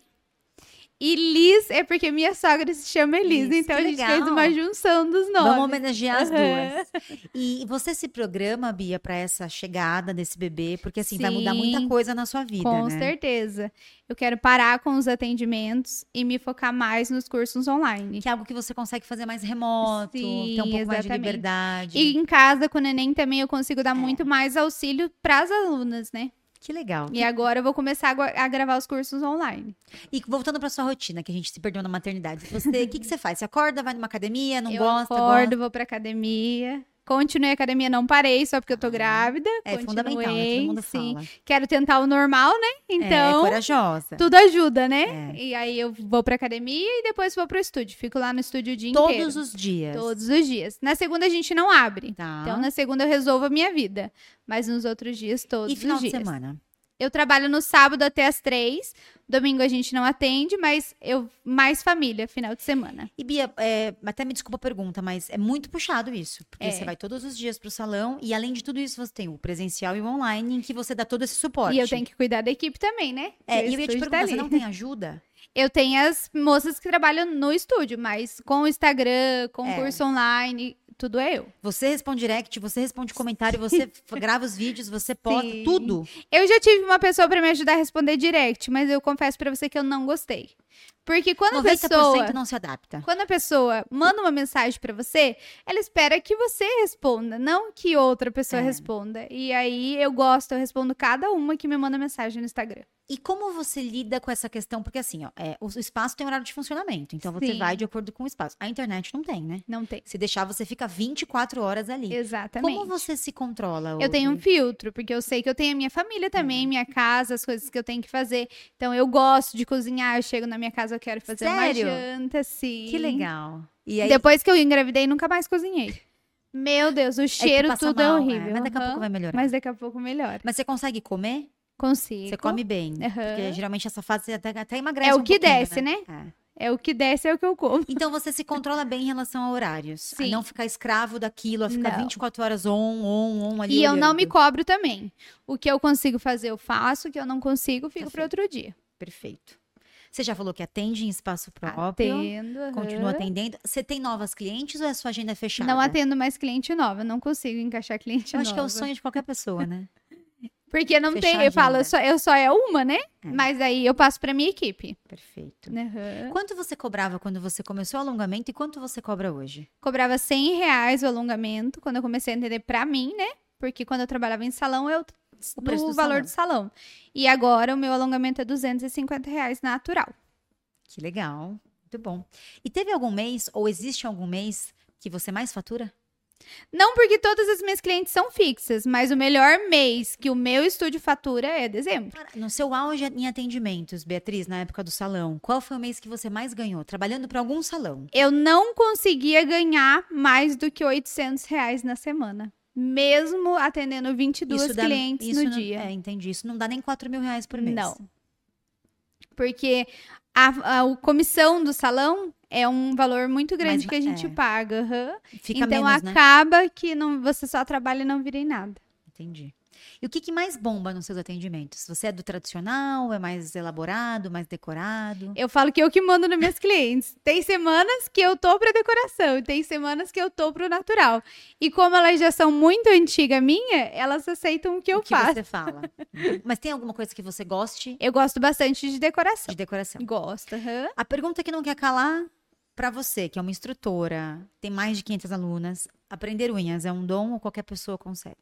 Speaker 2: E Liz é porque minha sogra se chama Liz.
Speaker 1: Liz,
Speaker 2: então a
Speaker 1: que
Speaker 2: gente fez
Speaker 1: legal.
Speaker 2: uma junção dos nomes.
Speaker 1: Vamos homenagear as
Speaker 2: Aham.
Speaker 1: duas. E você se programa, Bia, pra essa chegada desse bebê? Porque assim, vai mudar
Speaker 2: Sim.
Speaker 1: muita coisa na sua vida,
Speaker 2: Com
Speaker 1: né?
Speaker 2: certeza. Eu quero parar com os atendimentos e me focar mais nos cursos online.
Speaker 1: Que é algo que você consegue fazer mais remoto, ter um
Speaker 2: Sim,
Speaker 1: pouco mais de
Speaker 2: exatamente.
Speaker 1: liberdade.
Speaker 2: E em casa, com o neném também, eu consigo
Speaker 1: É.
Speaker 2: dar muito mais auxílio para as alunas, né?
Speaker 1: Que legal.
Speaker 2: E agora eu vou começar a gua- a gravar os cursos online.
Speaker 1: E voltando pra sua rotina, que a gente se perdeu na maternidade. Você, o que, que você faz? Você acorda, vai numa academia, não
Speaker 2: eu
Speaker 1: gosta,
Speaker 2: acordo,
Speaker 1: gosta?
Speaker 2: vou pra academia. Continuei a academia, não parei, só porque eu tô grávida.
Speaker 1: É fundamental, né? Todo
Speaker 2: Continuei,
Speaker 1: mundo
Speaker 2: sim.
Speaker 1: fala.
Speaker 2: Quero tentar o normal, né?
Speaker 1: é, é
Speaker 2: Então,
Speaker 1: corajosa.
Speaker 2: tudo ajuda, né? E aí eu vou pra academia e depois vou pro estúdio. Fico lá no estúdio o dia inteiro.
Speaker 1: Todos os dias.
Speaker 2: Todos os dias. Na segunda a gente não abre.
Speaker 1: Tá.
Speaker 2: Então, na segunda eu resolvo a minha vida. Mas nos outros dias, todos
Speaker 1: e final
Speaker 2: os dias.
Speaker 1: de semana?
Speaker 2: Eu trabalho no sábado até as três. Domingo a gente não atende, mas eu mais família, final de semana.
Speaker 1: E Bia, é, até me desculpa a pergunta, mas é muito puxado isso. Porque
Speaker 2: É.
Speaker 1: você vai todos os dias pro salão e além de tudo isso, você tem o presencial e o online em que você dá todo esse suporte.
Speaker 2: E eu tenho que cuidar da equipe também, né?
Speaker 1: É, e eu
Speaker 2: Porque o
Speaker 1: ia te
Speaker 2: estúdio
Speaker 1: perguntar,
Speaker 2: tá
Speaker 1: você
Speaker 2: ali.
Speaker 1: não tem ajuda?
Speaker 2: Eu tenho as moças que trabalham no estúdio, mas com o Instagram, com
Speaker 1: É.
Speaker 2: o curso online, tudo é eu.
Speaker 1: Você responde direct, você responde comentário, você f- grava os vídeos, você posta,
Speaker 2: Sim.
Speaker 1: tudo.
Speaker 2: Eu já tive É uma pessoa pra me ajudar a responder direct, mas eu confesso pra você que eu não gostei. Porque quando a
Speaker 1: 90%
Speaker 2: pessoa.
Speaker 1: não se adapta.
Speaker 2: Quando a pessoa manda uma mensagem pra você, ela espera que você responda, não que outra pessoa
Speaker 1: É.
Speaker 2: responda. E aí eu gosto, eu respondo cada uma que me manda mensagem no Instagram.
Speaker 1: E como você lida com essa questão? Porque assim, ó, é, o o espaço tem horário de funcionamento, então você
Speaker 2: Sim.
Speaker 1: vai de acordo com o espaço. A internet não tem, né?
Speaker 2: Não tem.
Speaker 1: Se deixar, você fica 24 horas ali.
Speaker 2: Exatamente.
Speaker 1: Como você se controla?
Speaker 2: Eu
Speaker 1: Audrey?
Speaker 2: tenho um filtro, porque eu sei que eu tenho a minha família também,
Speaker 1: Hum.
Speaker 2: minha casa, as coisas que eu tenho que fazer. Então eu gosto de cozinhar, eu chego na minha casa, eu quero fazer
Speaker 1: Sério?
Speaker 2: uma janta, sim.
Speaker 1: Que legal. E aí, é
Speaker 2: Depois que eu engravidei, nunca mais cozinhei. Meu Deus, o
Speaker 1: é que
Speaker 2: cheiro
Speaker 1: passa
Speaker 2: tudo é
Speaker 1: mal,
Speaker 2: horrível.
Speaker 1: Mas daqui a
Speaker 2: Aham.
Speaker 1: pouco vai melhorar. Mas,
Speaker 2: Mas daqui a pouco melhora.
Speaker 1: você consegue comer?
Speaker 2: Consigo.
Speaker 1: Você come bem.
Speaker 2: Aham.
Speaker 1: Porque geralmente essa fase você até, até emagrece
Speaker 2: É o
Speaker 1: um
Speaker 2: que
Speaker 1: pouquinho,
Speaker 2: desce, né?
Speaker 1: É.
Speaker 2: É o que desce, é o que eu como.
Speaker 1: Então você se controla bem em relação a horários. A
Speaker 2: Sim.
Speaker 1: não ficar escravo daquilo, a ficar
Speaker 2: Não.
Speaker 1: 24 horas on, on, on ali.
Speaker 2: E eu não me
Speaker 1: olhando.
Speaker 2: cobro também. O que eu consigo fazer, eu faço. O que eu não consigo, fico para
Speaker 1: Perfeito.
Speaker 2: outro dia.
Speaker 1: Perfeito. Você já falou que atende em espaço próprio.
Speaker 2: Atendo. aham.
Speaker 1: Continua atendendo. Você tem novas clientes ou é a sua agenda fechada?
Speaker 2: Não atendo mais cliente nova, não consigo encaixar cliente
Speaker 1: Eu
Speaker 2: nova.
Speaker 1: acho que é o sonho de qualquer pessoa, né?
Speaker 2: Porque não
Speaker 1: fechar
Speaker 2: tem,
Speaker 1: a
Speaker 2: eu falo,
Speaker 1: agenda.
Speaker 2: eu só, eu só é uma, né?
Speaker 1: né? É. Uhum.
Speaker 2: Mas aí eu passo pra minha equipe.
Speaker 1: Perfeito.
Speaker 2: Aham.
Speaker 1: Quanto você cobrava quando você começou o alongamento e quanto você cobra hoje?
Speaker 2: Cobrava 100 reais o alongamento quando eu comecei a entender pra mim, né? Porque quando eu trabalhava em salão, eu
Speaker 1: O
Speaker 2: o
Speaker 1: preço do
Speaker 2: valor do salão. E agora o meu alongamento é 250 reais natural.
Speaker 1: Que legal. Muito bom. E teve algum mês, ou existe algum mês, que você mais fatura?
Speaker 2: Não porque todas as minhas clientes são fixas, mas o melhor mês que o meu estúdio fatura é dezembro.
Speaker 1: Cara, No seu auge em atendimentos, Beatriz, na época do salão, qual foi o mês que você mais ganhou? Trabalhando para algum salão.
Speaker 2: eu não conseguia ganhar mais do que 800 reais na semana. Mesmo atendendo 22
Speaker 1: Isso dá-
Speaker 2: clientes
Speaker 1: isso
Speaker 2: no
Speaker 1: não-
Speaker 2: dia.
Speaker 1: É, entendi. Isso não dá nem 4 mil reais por mês.
Speaker 2: Não. Porque a, a- o comissão do salão é um valor muito grande
Speaker 1: Mas-
Speaker 2: que a gente
Speaker 1: é.
Speaker 2: paga. aham.
Speaker 1: Fica
Speaker 2: então
Speaker 1: menos, né?
Speaker 2: acaba que não, você só trabalha e não vira em nada.
Speaker 1: Entendi. E o que, que mais bomba nos seus atendimentos? Você é do tradicional? É mais elaborado? Mais decorado?
Speaker 2: Eu falo que eu que mando nas minhas clientes. Tem semanas que eu tô pra decoração, e tem semanas que eu tô pro natural. E como elas já são muito antigas minha, elas aceitam o que eu
Speaker 1: o que
Speaker 2: faço.
Speaker 1: você fala? Uhum. Mas tem alguma coisa que você goste
Speaker 2: Eu gosto bastante de decoração.
Speaker 1: de decoração?
Speaker 2: Gosto, aham.
Speaker 1: A pergunta que não quer calar para você, que é uma instrutora, tem mais de 500 alunas, aprender unhas é um dom ou qualquer pessoa consegue?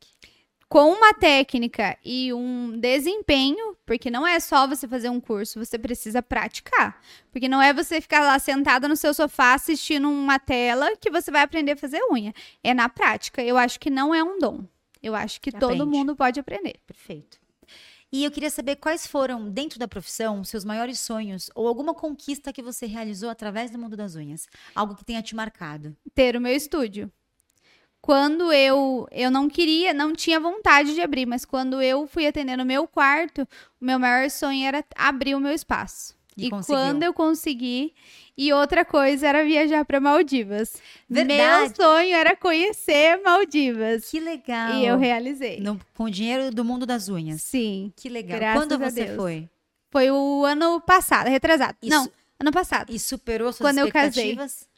Speaker 2: Com uma técnica e um desempenho, porque não é só você fazer um curso, você precisa praticar. Porque não é você ficar lá sentada no seu sofá assistindo uma tela que você vai aprender a fazer unha. É na prática. Eu acho que não é um dom. Eu acho que
Speaker 1: Aprende.
Speaker 2: todo mundo pode aprender.
Speaker 1: Perfeito. E eu queria saber quais foram, dentro da profissão, seus maiores sonhos ou alguma conquista que você realizou através do mundo das unhas. Algo que tenha te marcado.
Speaker 2: Ter o meu estúdio. Quando eu eu não queria, não tinha vontade de abrir, mas quando eu fui atender no meu quarto, o meu maior sonho era abrir o meu espaço.
Speaker 1: E
Speaker 2: E,
Speaker 1: conseguiu.
Speaker 2: quando eu consegui. E outra coisa era viajar para Maldivas.
Speaker 1: Verdade.
Speaker 2: Meu sonho era conhecer Maldivas.
Speaker 1: Que legal.
Speaker 2: E eu realizei.
Speaker 1: No- com o dinheiro do mundo das unhas.
Speaker 2: Sim.
Speaker 1: Que legal.
Speaker 2: Graças
Speaker 1: Quando
Speaker 2: a
Speaker 1: você
Speaker 2: Deus.
Speaker 1: foi?
Speaker 2: Foi o ano passado, retrasado.
Speaker 1: Isso.
Speaker 2: Não, ano passado.
Speaker 1: E superou suas
Speaker 2: Quando eu casei.
Speaker 1: expectativas?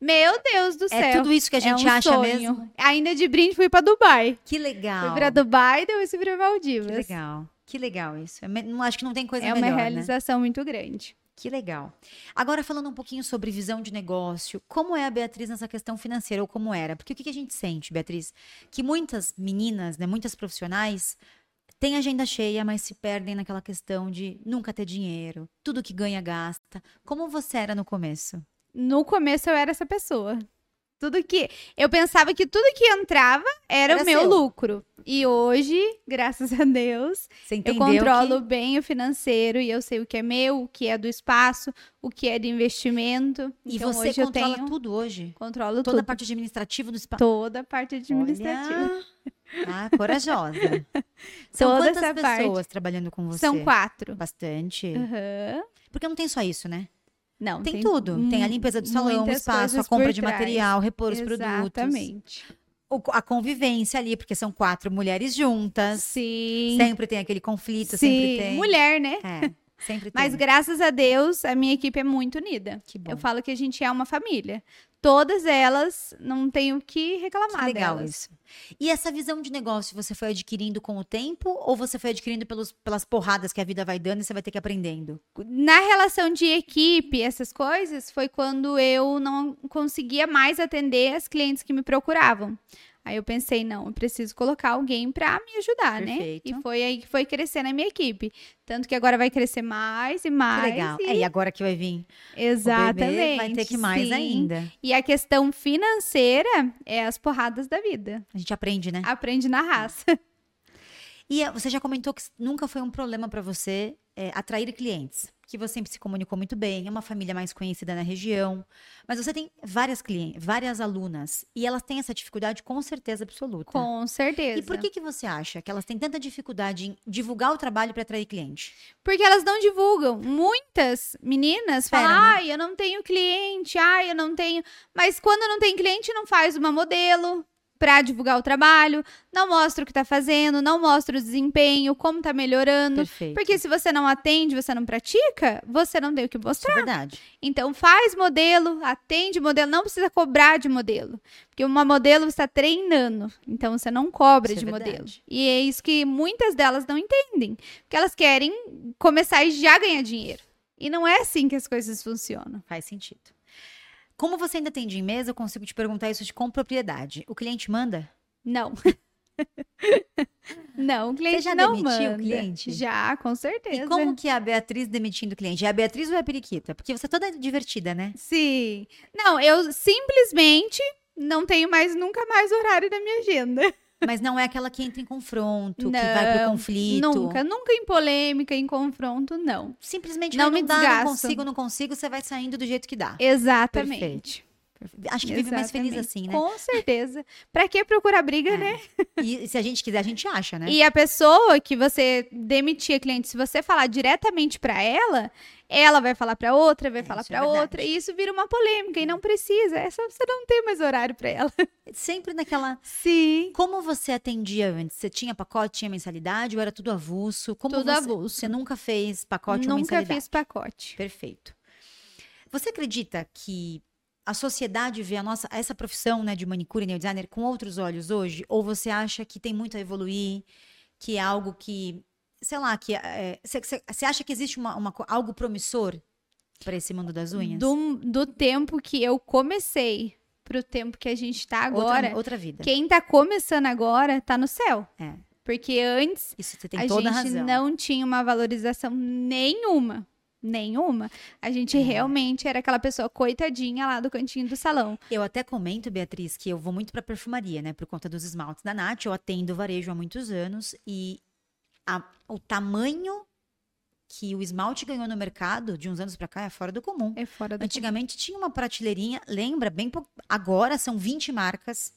Speaker 2: Meu Deus do
Speaker 1: É
Speaker 2: céu.
Speaker 1: tudo isso que a
Speaker 2: É
Speaker 1: gente
Speaker 2: um
Speaker 1: acha
Speaker 2: sonho.
Speaker 1: mesmo?
Speaker 2: Ainda de brinde fui para Dubai.
Speaker 1: Que legal.
Speaker 2: Fui para Dubai e depois fui para
Speaker 1: Que
Speaker 2: Maldivas.
Speaker 1: legal. Que legal isso. É me- não- acho que não tem coisa
Speaker 2: É uma
Speaker 1: melhor, né?
Speaker 2: realização muito grande.
Speaker 1: Que legal. Agora, falando um pouquinho sobre visão de negócio, como é a Beatriz nessa questão financeira, ou como era? Porque o que que a gente sente, Beatriz? Que muitas meninas, né, muitas profissionais, têm agenda cheia, mas se perdem naquela questão de nunca ter dinheiro, tudo que ganha, gasta. Como você era no começo?
Speaker 2: No começo eu era essa pessoa. Tudo que eu pensava que tudo que entrava era,
Speaker 1: Era
Speaker 2: o meu
Speaker 1: seu.
Speaker 2: lucro. E hoje, graças a Deus,
Speaker 1: Você entendeu
Speaker 2: eu controlo bem o financeiro e eu sei o que é meu, o que é do espaço, o que é de investimento.
Speaker 1: que... E
Speaker 2: então
Speaker 1: você
Speaker 2: hoje eu
Speaker 1: controla
Speaker 2: tenho
Speaker 1: tudo hoje?
Speaker 2: controlo
Speaker 1: Toda a
Speaker 2: tudo,
Speaker 1: parte administrativa do espaço?
Speaker 2: toda a parte administrativa.
Speaker 1: Ah, corajosa. São
Speaker 2: Toda
Speaker 1: quantas
Speaker 2: essa parte.
Speaker 1: pessoas trabalhando com você?
Speaker 2: São quatro.
Speaker 1: Bastante.
Speaker 2: Aham.
Speaker 1: Porque não tem só isso, né?
Speaker 2: Não,
Speaker 1: Tem, tudo. Tem a limpeza do salão, o
Speaker 2: muitas
Speaker 1: espaço, a
Speaker 2: coisas
Speaker 1: compra
Speaker 2: por
Speaker 1: de
Speaker 2: trás.
Speaker 1: material, repor os produtos.
Speaker 2: Exatamente.
Speaker 1: O- a convivência ali, porque são quatro mulheres juntas.
Speaker 2: Sim.
Speaker 1: Sempre tem aquele conflito, sempre
Speaker 2: Sim.
Speaker 1: tem.
Speaker 2: Mulher, né?
Speaker 1: É. Sempre tem.
Speaker 2: Mas graças a Deus, a minha equipe é muito unida.
Speaker 1: que bom.
Speaker 2: Eu falo que a gente é uma família. Todas elas, não tenho o que reclamar
Speaker 1: Que legal
Speaker 2: delas.
Speaker 1: isso. E essa visão de negócio você foi adquirindo com o tempo ou você foi adquirindo pelos, pelas porradas que a vida vai dando e você vai ter que ir aprendendo?
Speaker 2: Na relação de equipe, essas coisas, foi quando eu não conseguia mais atender as clientes que me procuravam. Aí eu pensei, não, eu preciso colocar alguém pra me ajudar,
Speaker 1: Perfeito.
Speaker 2: né? E foi aí que foi crescendo a minha equipe. Tanto que agora vai crescer mais e mais.
Speaker 1: que legal.
Speaker 2: e-
Speaker 1: É, e agora que vai vir? O
Speaker 2: Exatamente.
Speaker 1: bebê vai ter que mais
Speaker 2: sim.
Speaker 1: ainda.
Speaker 2: E a questão financeira é as porradas da vida.
Speaker 1: A gente aprende, né?
Speaker 2: Aprende na raça.
Speaker 1: E eh, você já comentou que nunca foi um problema para você eh, atrair clientes, que você sempre se comunicou muito bem, é uma família mais conhecida na região, mas você tem várias clientes, várias alunas, e elas têm essa dificuldade com certeza absoluta.
Speaker 2: Com certeza.
Speaker 1: E por que, que você acha que elas têm tanta dificuldade em divulgar o trabalho para atrair cliente?
Speaker 2: Porque elas não divulgam. Muitas meninas falam,
Speaker 1: Espera, né?
Speaker 2: ai, eu não tenho cliente, ai, eu não tenho. Mas quando não tem cliente, não faz uma modelo pra divulgar o trabalho, não mostra o que tá fazendo, não mostra o desempenho, como tá melhorando.
Speaker 1: Perfeito.
Speaker 2: Porque se você não atende, você não pratica, você não tem o que mostrar.
Speaker 1: Isso é verdade.
Speaker 2: Então faz modelo, atende modelo, não precisa cobrar de modelo. Porque uma modelo está treinando, então você não cobra
Speaker 1: Isso é
Speaker 2: de modelo.
Speaker 1: verdade.
Speaker 2: E é isso que muitas delas não entendem. Porque elas querem começar e já ganhar dinheiro. E não é assim que as coisas funcionam.
Speaker 1: Faz sentido. Como você ainda tem de mesa, eu consigo te perguntar isso de com propriedade. O cliente manda?
Speaker 2: Não. não, o cliente
Speaker 1: já
Speaker 2: não
Speaker 1: demitiu o
Speaker 2: manda.
Speaker 1: cliente?
Speaker 2: Já, com certeza.
Speaker 1: E como que é a Beatriz demitindo o cliente? É a Beatriz ou é a Periquita? Porque você é toda divertida, né?
Speaker 2: Sim. Não, eu simplesmente não tenho mais nunca mais horário na minha agenda.
Speaker 1: Mas não é aquela que entra em confronto, que vai pro
Speaker 2: Não,
Speaker 1: conflito.
Speaker 2: Nunca, nunca em polêmica, em confronto, não.
Speaker 1: Simplesmente
Speaker 2: Não
Speaker 1: vai,
Speaker 2: me
Speaker 1: não dá,
Speaker 2: desgasto.
Speaker 1: não consigo, não consigo, você vai saindo do jeito que dá.
Speaker 2: Exatamente.
Speaker 1: Acho que vive mais feliz assim,
Speaker 2: Exatamente.
Speaker 1: né?
Speaker 2: Com certeza. Pra que procurar briga,
Speaker 1: É,
Speaker 2: né?
Speaker 1: E se a gente quiser, a gente acha, né?
Speaker 2: E a pessoa que você demitir a cliente, se você falar diretamente pra ela, ela vai falar pra outra, vai falar
Speaker 1: isso é
Speaker 2: pra
Speaker 1: verdade. Hum.
Speaker 2: outra, e isso vira uma polêmica e não precisa, é só você não ter mais horário pra ela.
Speaker 1: Sempre naquela.
Speaker 2: Sim.
Speaker 1: Como você atendia antes? Você tinha pacote, tinha mensalidade ou era tudo avulso? Como
Speaker 2: Tudo
Speaker 1: você...
Speaker 2: avulso.
Speaker 1: Você nunca fez pacote ou
Speaker 2: Nunca
Speaker 1: mensalidade?
Speaker 2: fiz pacote.
Speaker 1: Perfeito. Você acredita que a sociedade vê a nossa essa profissão, né, de manicure e nail designer com outros olhos hoje? Ou você acha que tem muito a evoluir, que é algo que, sei lá, que é, você- você você acha que existe uma, uma co- algo promissor para esse mundo das unhas?
Speaker 2: Do, do tempo que eu comecei pro tempo que a gente tá agora,
Speaker 1: outra, outra vida.
Speaker 2: Quem tá começando agora tá no céu.
Speaker 1: É.
Speaker 2: Porque antes
Speaker 1: Isso você tem
Speaker 2: a gente
Speaker 1: toda a razão.
Speaker 2: não tinha uma valorização nenhuma. Nenhuma. A gente realmente era aquela pessoa coitadinha lá do cantinho do salão.
Speaker 1: Eu até comento, Beatriz, que eu vou muito pra perfumaria, né? Por conta dos esmaltes da Nath. Eu atendo varejo há muitos anos. E a- o tamanho que o esmalte ganhou no mercado de uns anos pra cá é fora do comum.
Speaker 2: É fora do.
Speaker 1: Antigamente tinha uma prateleirinha, lembra? Bem pou- Agora são 20 marcas.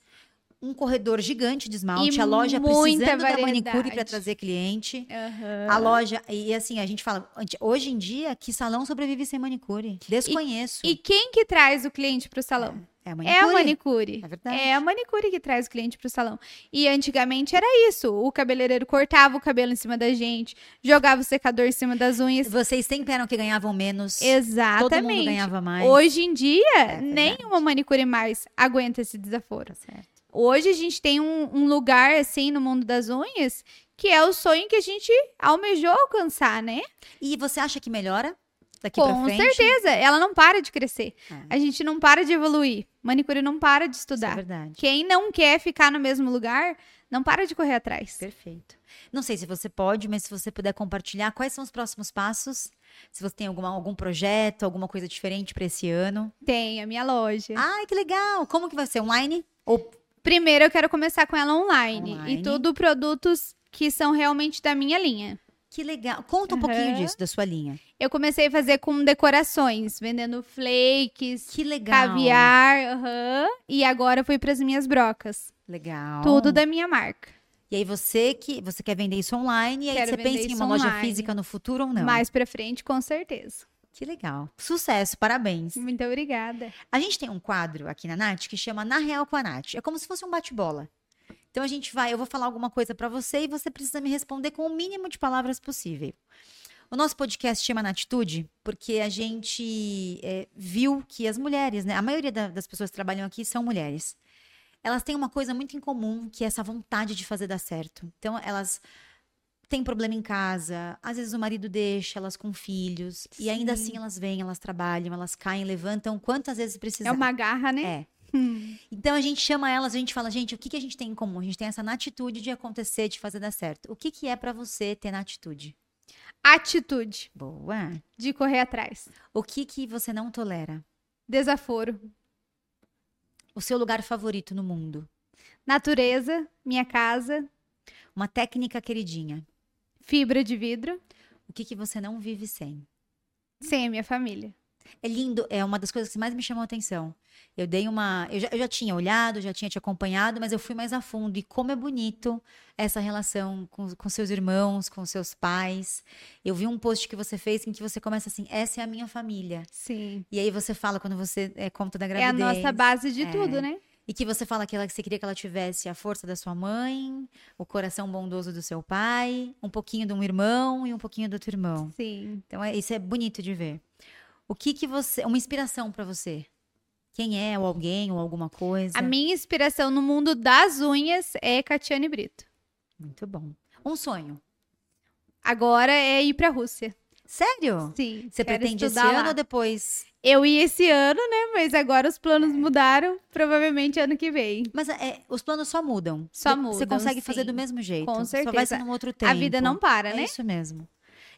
Speaker 1: Um corredor gigante de esmalte,
Speaker 2: E
Speaker 1: a loja
Speaker 2: muita
Speaker 1: precisando da manicure
Speaker 2: variedade.
Speaker 1: pra trazer cliente.
Speaker 2: Aham.
Speaker 1: A loja, e assim, a gente fala, anti- hoje em dia, que salão sobrevive sem manicure? Desconheço.
Speaker 2: E quem que traz o cliente pro salão?
Speaker 1: é a
Speaker 2: É a manicure.
Speaker 1: É verdade.
Speaker 2: É a manicure que traz o cliente pro salão. E antigamente era isso. O cabeleireiro cortava o cabelo em cima da gente, jogava o secador em cima das unhas.
Speaker 1: Vocês sempre eram que ganhavam menos.
Speaker 2: Exatamente.
Speaker 1: Todo mundo ganhava mais.
Speaker 2: Hoje em dia,
Speaker 1: É verdade.
Speaker 2: nenhuma manicure mais aguenta esse desaforo.
Speaker 1: Tá certo.
Speaker 2: Hoje a gente tem um, um lugar, assim, no mundo das unhas, que é o sonho que a gente almejou alcançar, né?
Speaker 1: E você acha que melhora daqui pra
Speaker 2: Com
Speaker 1: frente?
Speaker 2: certeza. Ela não para de crescer.
Speaker 1: É.
Speaker 2: A gente não para de evoluir. Manicure não para de
Speaker 1: Isso é
Speaker 2: estudar.
Speaker 1: verdade.
Speaker 2: Quem não quer ficar no mesmo lugar, não para de correr atrás.
Speaker 1: Perfeito. Não sei se você pode, mas se você puder compartilhar quais são os próximos passos, se você tem alguma, algum projeto, alguma coisa diferente pra esse ano.
Speaker 2: Tem a minha loja.
Speaker 1: Ai, que legal! Como que vai ser? Online? Ou
Speaker 2: Primeiro, eu quero começar com ela online.
Speaker 1: Online.
Speaker 2: E tudo produtos que são realmente da minha linha.
Speaker 1: que legal. Conta um pouquinho
Speaker 2: Aham.
Speaker 1: disso, da sua linha.
Speaker 2: Eu comecei a fazer com decorações, vendendo flakes,
Speaker 1: Que legal.
Speaker 2: caviar, aham. e agora eu fui para as minhas brocas.
Speaker 1: Legal.
Speaker 2: Tudo da minha marca.
Speaker 1: E aí você que você quer vender isso online e aí
Speaker 2: Quero
Speaker 1: você
Speaker 2: vender
Speaker 1: pensa em
Speaker 2: isso
Speaker 1: uma loja
Speaker 2: online.
Speaker 1: física no futuro ou não?
Speaker 2: Mais para frente, com certeza.
Speaker 1: Que legal. Sucesso, parabéns.
Speaker 2: Muito obrigada. É
Speaker 1: A gente tem um quadro aqui na Nath que chama Na Real com a Nath. É como se fosse um bate-bola. Então a gente vai, eu vou falar alguma coisa pra você e você precisa me responder com o mínimo de palavras possível. O nosso podcast chama Na Atitude porque a gente é, viu que as mulheres, né? A maioria da- das pessoas que trabalham aqui são mulheres. Elas têm uma coisa muito em comum, que é essa vontade de fazer dar certo. Então, elas têm problema em casa, às vezes o marido deixa elas com filhos, e ainda
Speaker 2: Sim.
Speaker 1: assim elas vêm, elas trabalham, elas caem, levantam, quantas vezes
Speaker 2: É
Speaker 1: precisar.
Speaker 2: uma garra, né?
Speaker 1: É. Então a gente chama elas, a gente fala, gente, o que, que a gente tem em comum? A gente tem essa natitude de acontecer, de fazer dar certo. O que, que é pra você ter natitude?
Speaker 2: Atitude
Speaker 1: Boa.
Speaker 2: de correr atrás.
Speaker 1: O que que você não tolera?
Speaker 2: Desaforo.
Speaker 1: O seu lugar favorito no mundo?
Speaker 2: Natureza, minha casa,
Speaker 1: Uma técnica queridinha?
Speaker 2: fibra de vidro,
Speaker 1: O que que você não vive sem?
Speaker 2: sem a minha família.
Speaker 1: É lindo, é uma das coisas que mais me chamou a atenção. Eu dei uma. Eu já, eu já tinha olhado, já tinha te acompanhado, mas eu fui mais a fundo. E como é bonito essa relação com, com seus irmãos, com seus pais. Eu vi um post que você fez em que você começa assim: essa é a minha família.
Speaker 2: Sim.
Speaker 1: E aí você fala quando você é, conta da
Speaker 2: É a
Speaker 1: gravidez.
Speaker 2: nossa base de
Speaker 1: É.
Speaker 2: tudo, né?
Speaker 1: E que você fala que, ela, que você queria que ela tivesse a força da sua mãe, o coração bondoso do seu pai, um pouquinho de um irmão e um pouquinho do outro irmão.
Speaker 2: Sim.
Speaker 1: Então é, isso é bonito de ver. O que que você, uma inspiração pra você? Quem é ou alguém ou alguma coisa?
Speaker 2: A minha inspiração no mundo das unhas é Catiane Brito.
Speaker 1: Muito bom. Um sonho.
Speaker 2: Agora é ir pra Rússia.
Speaker 1: Sério?
Speaker 2: Sim.
Speaker 1: Você
Speaker 2: quero
Speaker 1: pretende esse
Speaker 2: estudar
Speaker 1: ano
Speaker 2: lá.
Speaker 1: ou depois?
Speaker 2: Eu ia esse ano, né? Mas agora os
Speaker 1: É.
Speaker 2: planos mudaram. Provavelmente ano que vem.
Speaker 1: Mas é, os planos só mudam.
Speaker 2: Só
Speaker 1: Você
Speaker 2: mudam,
Speaker 1: consegue fazer
Speaker 2: sim.
Speaker 1: do mesmo jeito.
Speaker 2: Com
Speaker 1: Só vai ser
Speaker 2: certeza.
Speaker 1: num outro tempo.
Speaker 2: A vida não para,
Speaker 1: É
Speaker 2: né?
Speaker 1: isso mesmo.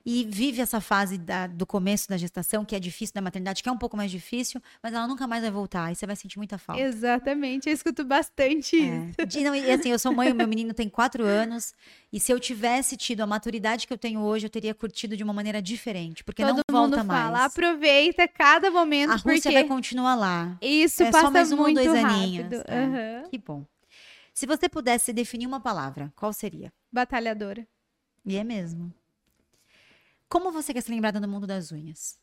Speaker 1: E vive essa fase da- do começo da gestação, que é difícil, da maternidade, que é um pouco mais difícil, mas ela nunca mais vai voltar. E você vai sentir muita falta.
Speaker 2: Exatamente. Eu escuto bastante isso.
Speaker 1: É. De- não, e assim, eu sou mãe, o meu menino tem quatro anos, e se eu tivesse tido a maturidade que eu tenho hoje, eu teria curtido de uma maneira diferente, porque
Speaker 2: Todo
Speaker 1: não
Speaker 2: mundo
Speaker 1: volta
Speaker 2: fala,
Speaker 1: mais.
Speaker 2: aproveita cada momento,
Speaker 1: A Rússia
Speaker 2: porque
Speaker 1: vai continuar lá.
Speaker 2: isso
Speaker 1: é só
Speaker 2: passa
Speaker 1: mais um ou
Speaker 2: muito
Speaker 1: dois aninhos,
Speaker 2: rápido.
Speaker 1: é.
Speaker 2: Aham.
Speaker 1: Que bom. Se você pudesse definir uma palavra, qual seria?
Speaker 2: Batalhadora.
Speaker 1: E é mesmo. Como você quer ser lembrada no mundo das unhas?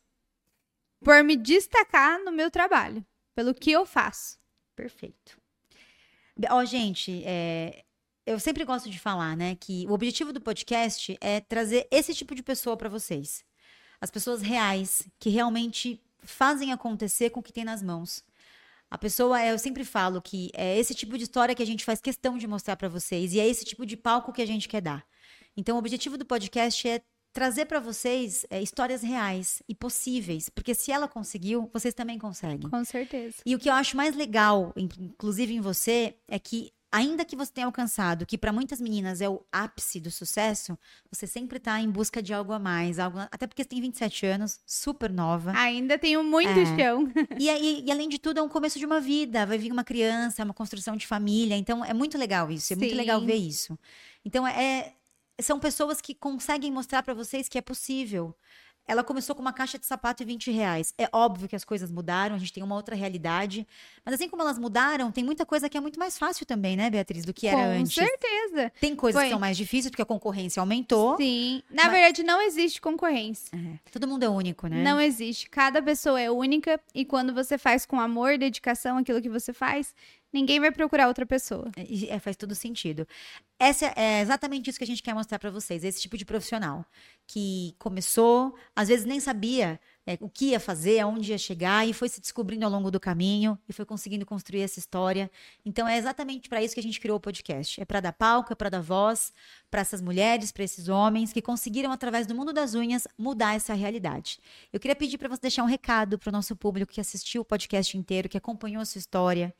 Speaker 2: Por me destacar no meu trabalho, pelo que eu faço.
Speaker 1: Perfeito. Be- Ó, gente, é, eu sempre gosto de falar, né, que o objetivo do podcast é trazer esse tipo de pessoa para vocês. As pessoas reais, que realmente fazem acontecer com o que tem nas mãos. A pessoa, é, eu sempre falo que é esse tipo de história que a gente faz questão de mostrar para vocês e é esse tipo de palco que a gente quer dar. Então, o objetivo do podcast é trazer para vocês é, histórias reais e possíveis, porque se ela conseguiu, vocês também conseguem.
Speaker 2: Com certeza.
Speaker 1: E o que eu acho mais legal, in- inclusive em você, é que ainda que você tenha alcançado, que para muitas meninas é o ápice do sucesso, você sempre tá em busca de algo a mais, algo até porque você tem 27 anos, super nova.
Speaker 2: Ainda tenho muito
Speaker 1: Ah. É.
Speaker 2: chão.
Speaker 1: E, aí- e além de tudo, é um começo de uma vida. Vai vir uma criança, uma construção de família. Então, é muito legal isso. É muito
Speaker 2: Sim.
Speaker 1: legal ver isso. Então, é, são pessoas que conseguem mostrar pra vocês que é possível. Ela começou com uma caixa de sapato e 20 reais. É óbvio que as coisas mudaram, a gente tem uma outra realidade. Mas assim como elas mudaram, tem muita coisa que é muito mais fácil também, né, Beatriz, do que era
Speaker 2: Com
Speaker 1: antes.
Speaker 2: certeza.
Speaker 1: Tem coisas
Speaker 2: Foi.
Speaker 1: que são mais difíceis, porque a concorrência aumentou.
Speaker 2: Sim. Na
Speaker 1: Mas-
Speaker 2: verdade, não existe concorrência.
Speaker 1: É, Todo mundo é único, né?
Speaker 2: Não existe. Cada pessoa é única e quando você faz com amor e dedicação aquilo que você faz, ninguém vai procurar outra pessoa.
Speaker 1: E, é, faz todo sentido. Essa é exatamente isso que a gente quer mostrar pra vocês, esse tipo de profissional que começou, às vezes nem sabia é, o que ia fazer, aonde ia chegar e foi se descobrindo ao longo do caminho e foi conseguindo construir essa história. Então é exatamente pra isso que a gente criou o podcast. É pra dar palco, é pra dar voz pra essas mulheres, pra esses homens que conseguiram através do mundo das unhas mudar essa realidade. Eu queria pedir pra você deixar um recado pro nosso público que assistiu o podcast inteiro, que acompanhou a sua história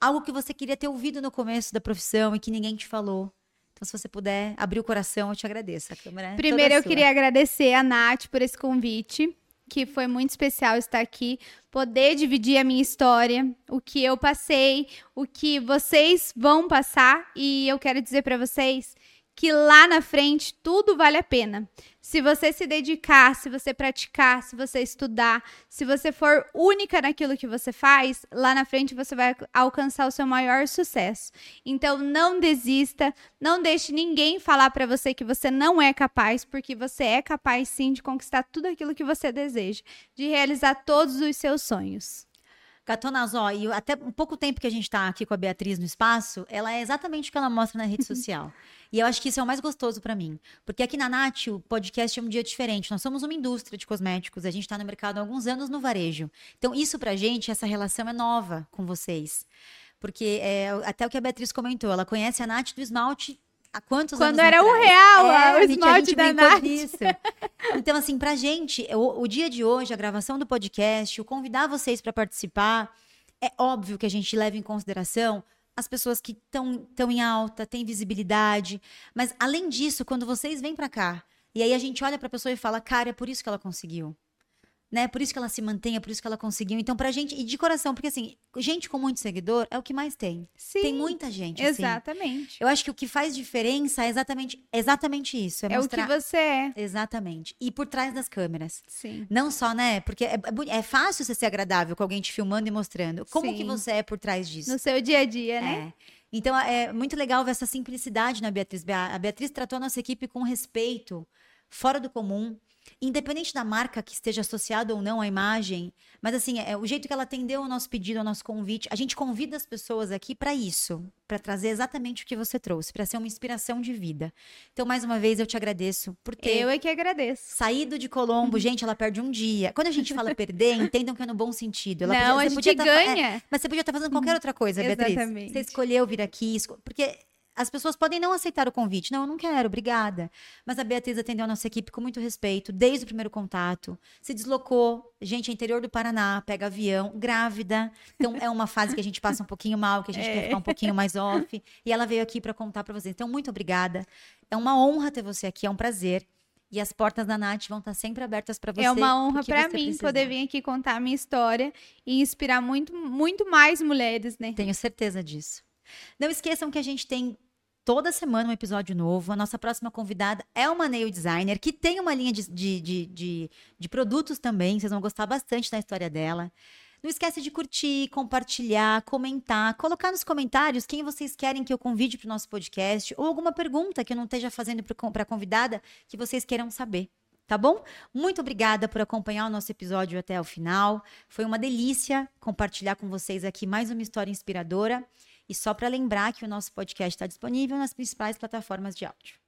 Speaker 1: algo que você queria ter ouvido no começo da profissão e que ninguém te falou. Então, se você puder abrir o coração, eu te agradeço. A câmera é toda
Speaker 2: Primeiro, eu
Speaker 1: sua.
Speaker 2: queria agradecer a Nath por esse convite, que foi muito especial estar aqui, poder dividir a minha história, o que eu passei, o que vocês vão passar, e eu quero dizer para vocês que lá na frente tudo vale a pena. Se você se dedicar, se você praticar, se você estudar, se você for única naquilo que você faz, lá na frente você vai alcançar o seu maior sucesso. Então não desista, não deixe ninguém falar pra você que você não é capaz, porque você é capaz sim de conquistar tudo aquilo que você deseja, de realizar todos os seus sonhos.
Speaker 1: Catonazol, e até um pouco tempo que a gente está aqui com a Beatriz no espaço, ela é exatamente o que ela mostra na rede
Speaker 2: Uhum.
Speaker 1: social. e eu acho que isso é o mais gostoso para mim. Porque aqui na Nath, o podcast é um dia diferente. Nós somos uma indústria de cosméticos, a gente está no mercado há alguns anos no varejo. Então, isso pra gente, essa relação é nova com vocês. Porque é, até o que a Beatriz comentou, ela conhece a Nath do esmalte há quantos
Speaker 2: Quando
Speaker 1: anos
Speaker 2: era um
Speaker 1: atrás?
Speaker 2: real
Speaker 1: É,
Speaker 2: a- o
Speaker 1: gente, a
Speaker 2: esmalte
Speaker 1: gente
Speaker 2: da
Speaker 1: brincou
Speaker 2: Nath.
Speaker 1: disso. Então, assim, pra gente, o, o dia de hoje, a gravação do podcast, o convidar vocês para participar, é óbvio que a gente leva em consideração as pessoas que estão tão em alta, têm visibilidade. Mas, além disso, quando vocês vêm pra cá, e aí a gente olha pra pessoa e fala, cara, é por isso que ela conseguiu. Né? Por isso que ela se mantém, é por isso que ela conseguiu. Então, pra gente, e de coração, porque assim, gente com muito seguidor é o que mais tem.
Speaker 2: Sim,
Speaker 1: Tem muita gente. assim.
Speaker 2: exatamente.
Speaker 1: Eu acho que o que faz diferença é exatamente, exatamente isso. É,
Speaker 2: É o que
Speaker 1: mostrar...
Speaker 2: você é.
Speaker 1: Exatamente. E por trás das câmeras.
Speaker 2: Sim.
Speaker 1: Não só, né? Porque é, é boni- é fácil você ser agradável com alguém te filmando e mostrando. Como que
Speaker 2: Sim.
Speaker 1: você é por trás disso?
Speaker 2: No seu dia a dia, né?
Speaker 1: É. Então, é muito legal ver essa simplicidade na Beatriz. Bea- A Beatriz tratou a nossa equipe com respeito, fora do comum, independente da marca que esteja associada ou não à imagem. Mas, assim, é o jeito que ela atendeu ao nosso pedido, ao nosso convite. A gente convida as pessoas aqui para isso, para trazer exatamente o que você trouxe, para ser uma inspiração de vida. Então, mais uma vez, eu te agradeço por ter
Speaker 2: Eu é que agradeço.
Speaker 1: saído de Colombo. Gente, ela perde um dia. Quando a gente fala perder, entendam que é no bom sentido. Ela
Speaker 2: não,
Speaker 1: podia- você
Speaker 2: a
Speaker 1: podia
Speaker 2: gente
Speaker 1: tá- é,
Speaker 2: ganha.
Speaker 1: mas você podia estar fazendo qualquer outra coisa, Beatriz.
Speaker 2: Uhum. Exatamente.
Speaker 1: Você escolheu vir aqui, esco- porque as pessoas podem não aceitar o convite. Não, eu não quero, obrigada. Mas a Beatriz atendeu a nossa equipe com muito respeito, desde o primeiro contato. Se deslocou, gente, é interior do Paraná, pega avião, grávida. Então é uma fase que a gente passa um pouquinho mal, que a gente
Speaker 2: É.
Speaker 1: quer ficar um pouquinho mais off. E ela veio aqui para contar para vocês. Então, muito obrigada. É uma honra ter você aqui, é um prazer. E as portas da Nath vão estar sempre abertas para você.
Speaker 2: é uma honra
Speaker 1: porque
Speaker 2: pra
Speaker 1: você
Speaker 2: mim
Speaker 1: precisar.
Speaker 2: poder vir aqui contar a minha história e inspirar muito, muito mais mulheres, né?
Speaker 1: Tenho certeza disso. Não esqueçam que a gente tem toda semana um episódio novo. A nossa próxima convidada é uma nail designer que tem uma linha de, de, de, de- de produtos também. Vocês vão gostar bastante da história dela. Não esquece de curtir, compartilhar, comentar, colocar nos comentários quem vocês querem que eu convide para o nosso podcast ou alguma pergunta que eu não esteja fazendo para a convidada que vocês queiram saber, tá bom? Muito obrigada por acompanhar o nosso episódio até o final. Foi uma delícia compartilhar com vocês aqui mais uma história tá inspiradora. E só para lembrar que o nosso podcast está disponível nas principais plataformas de áudio.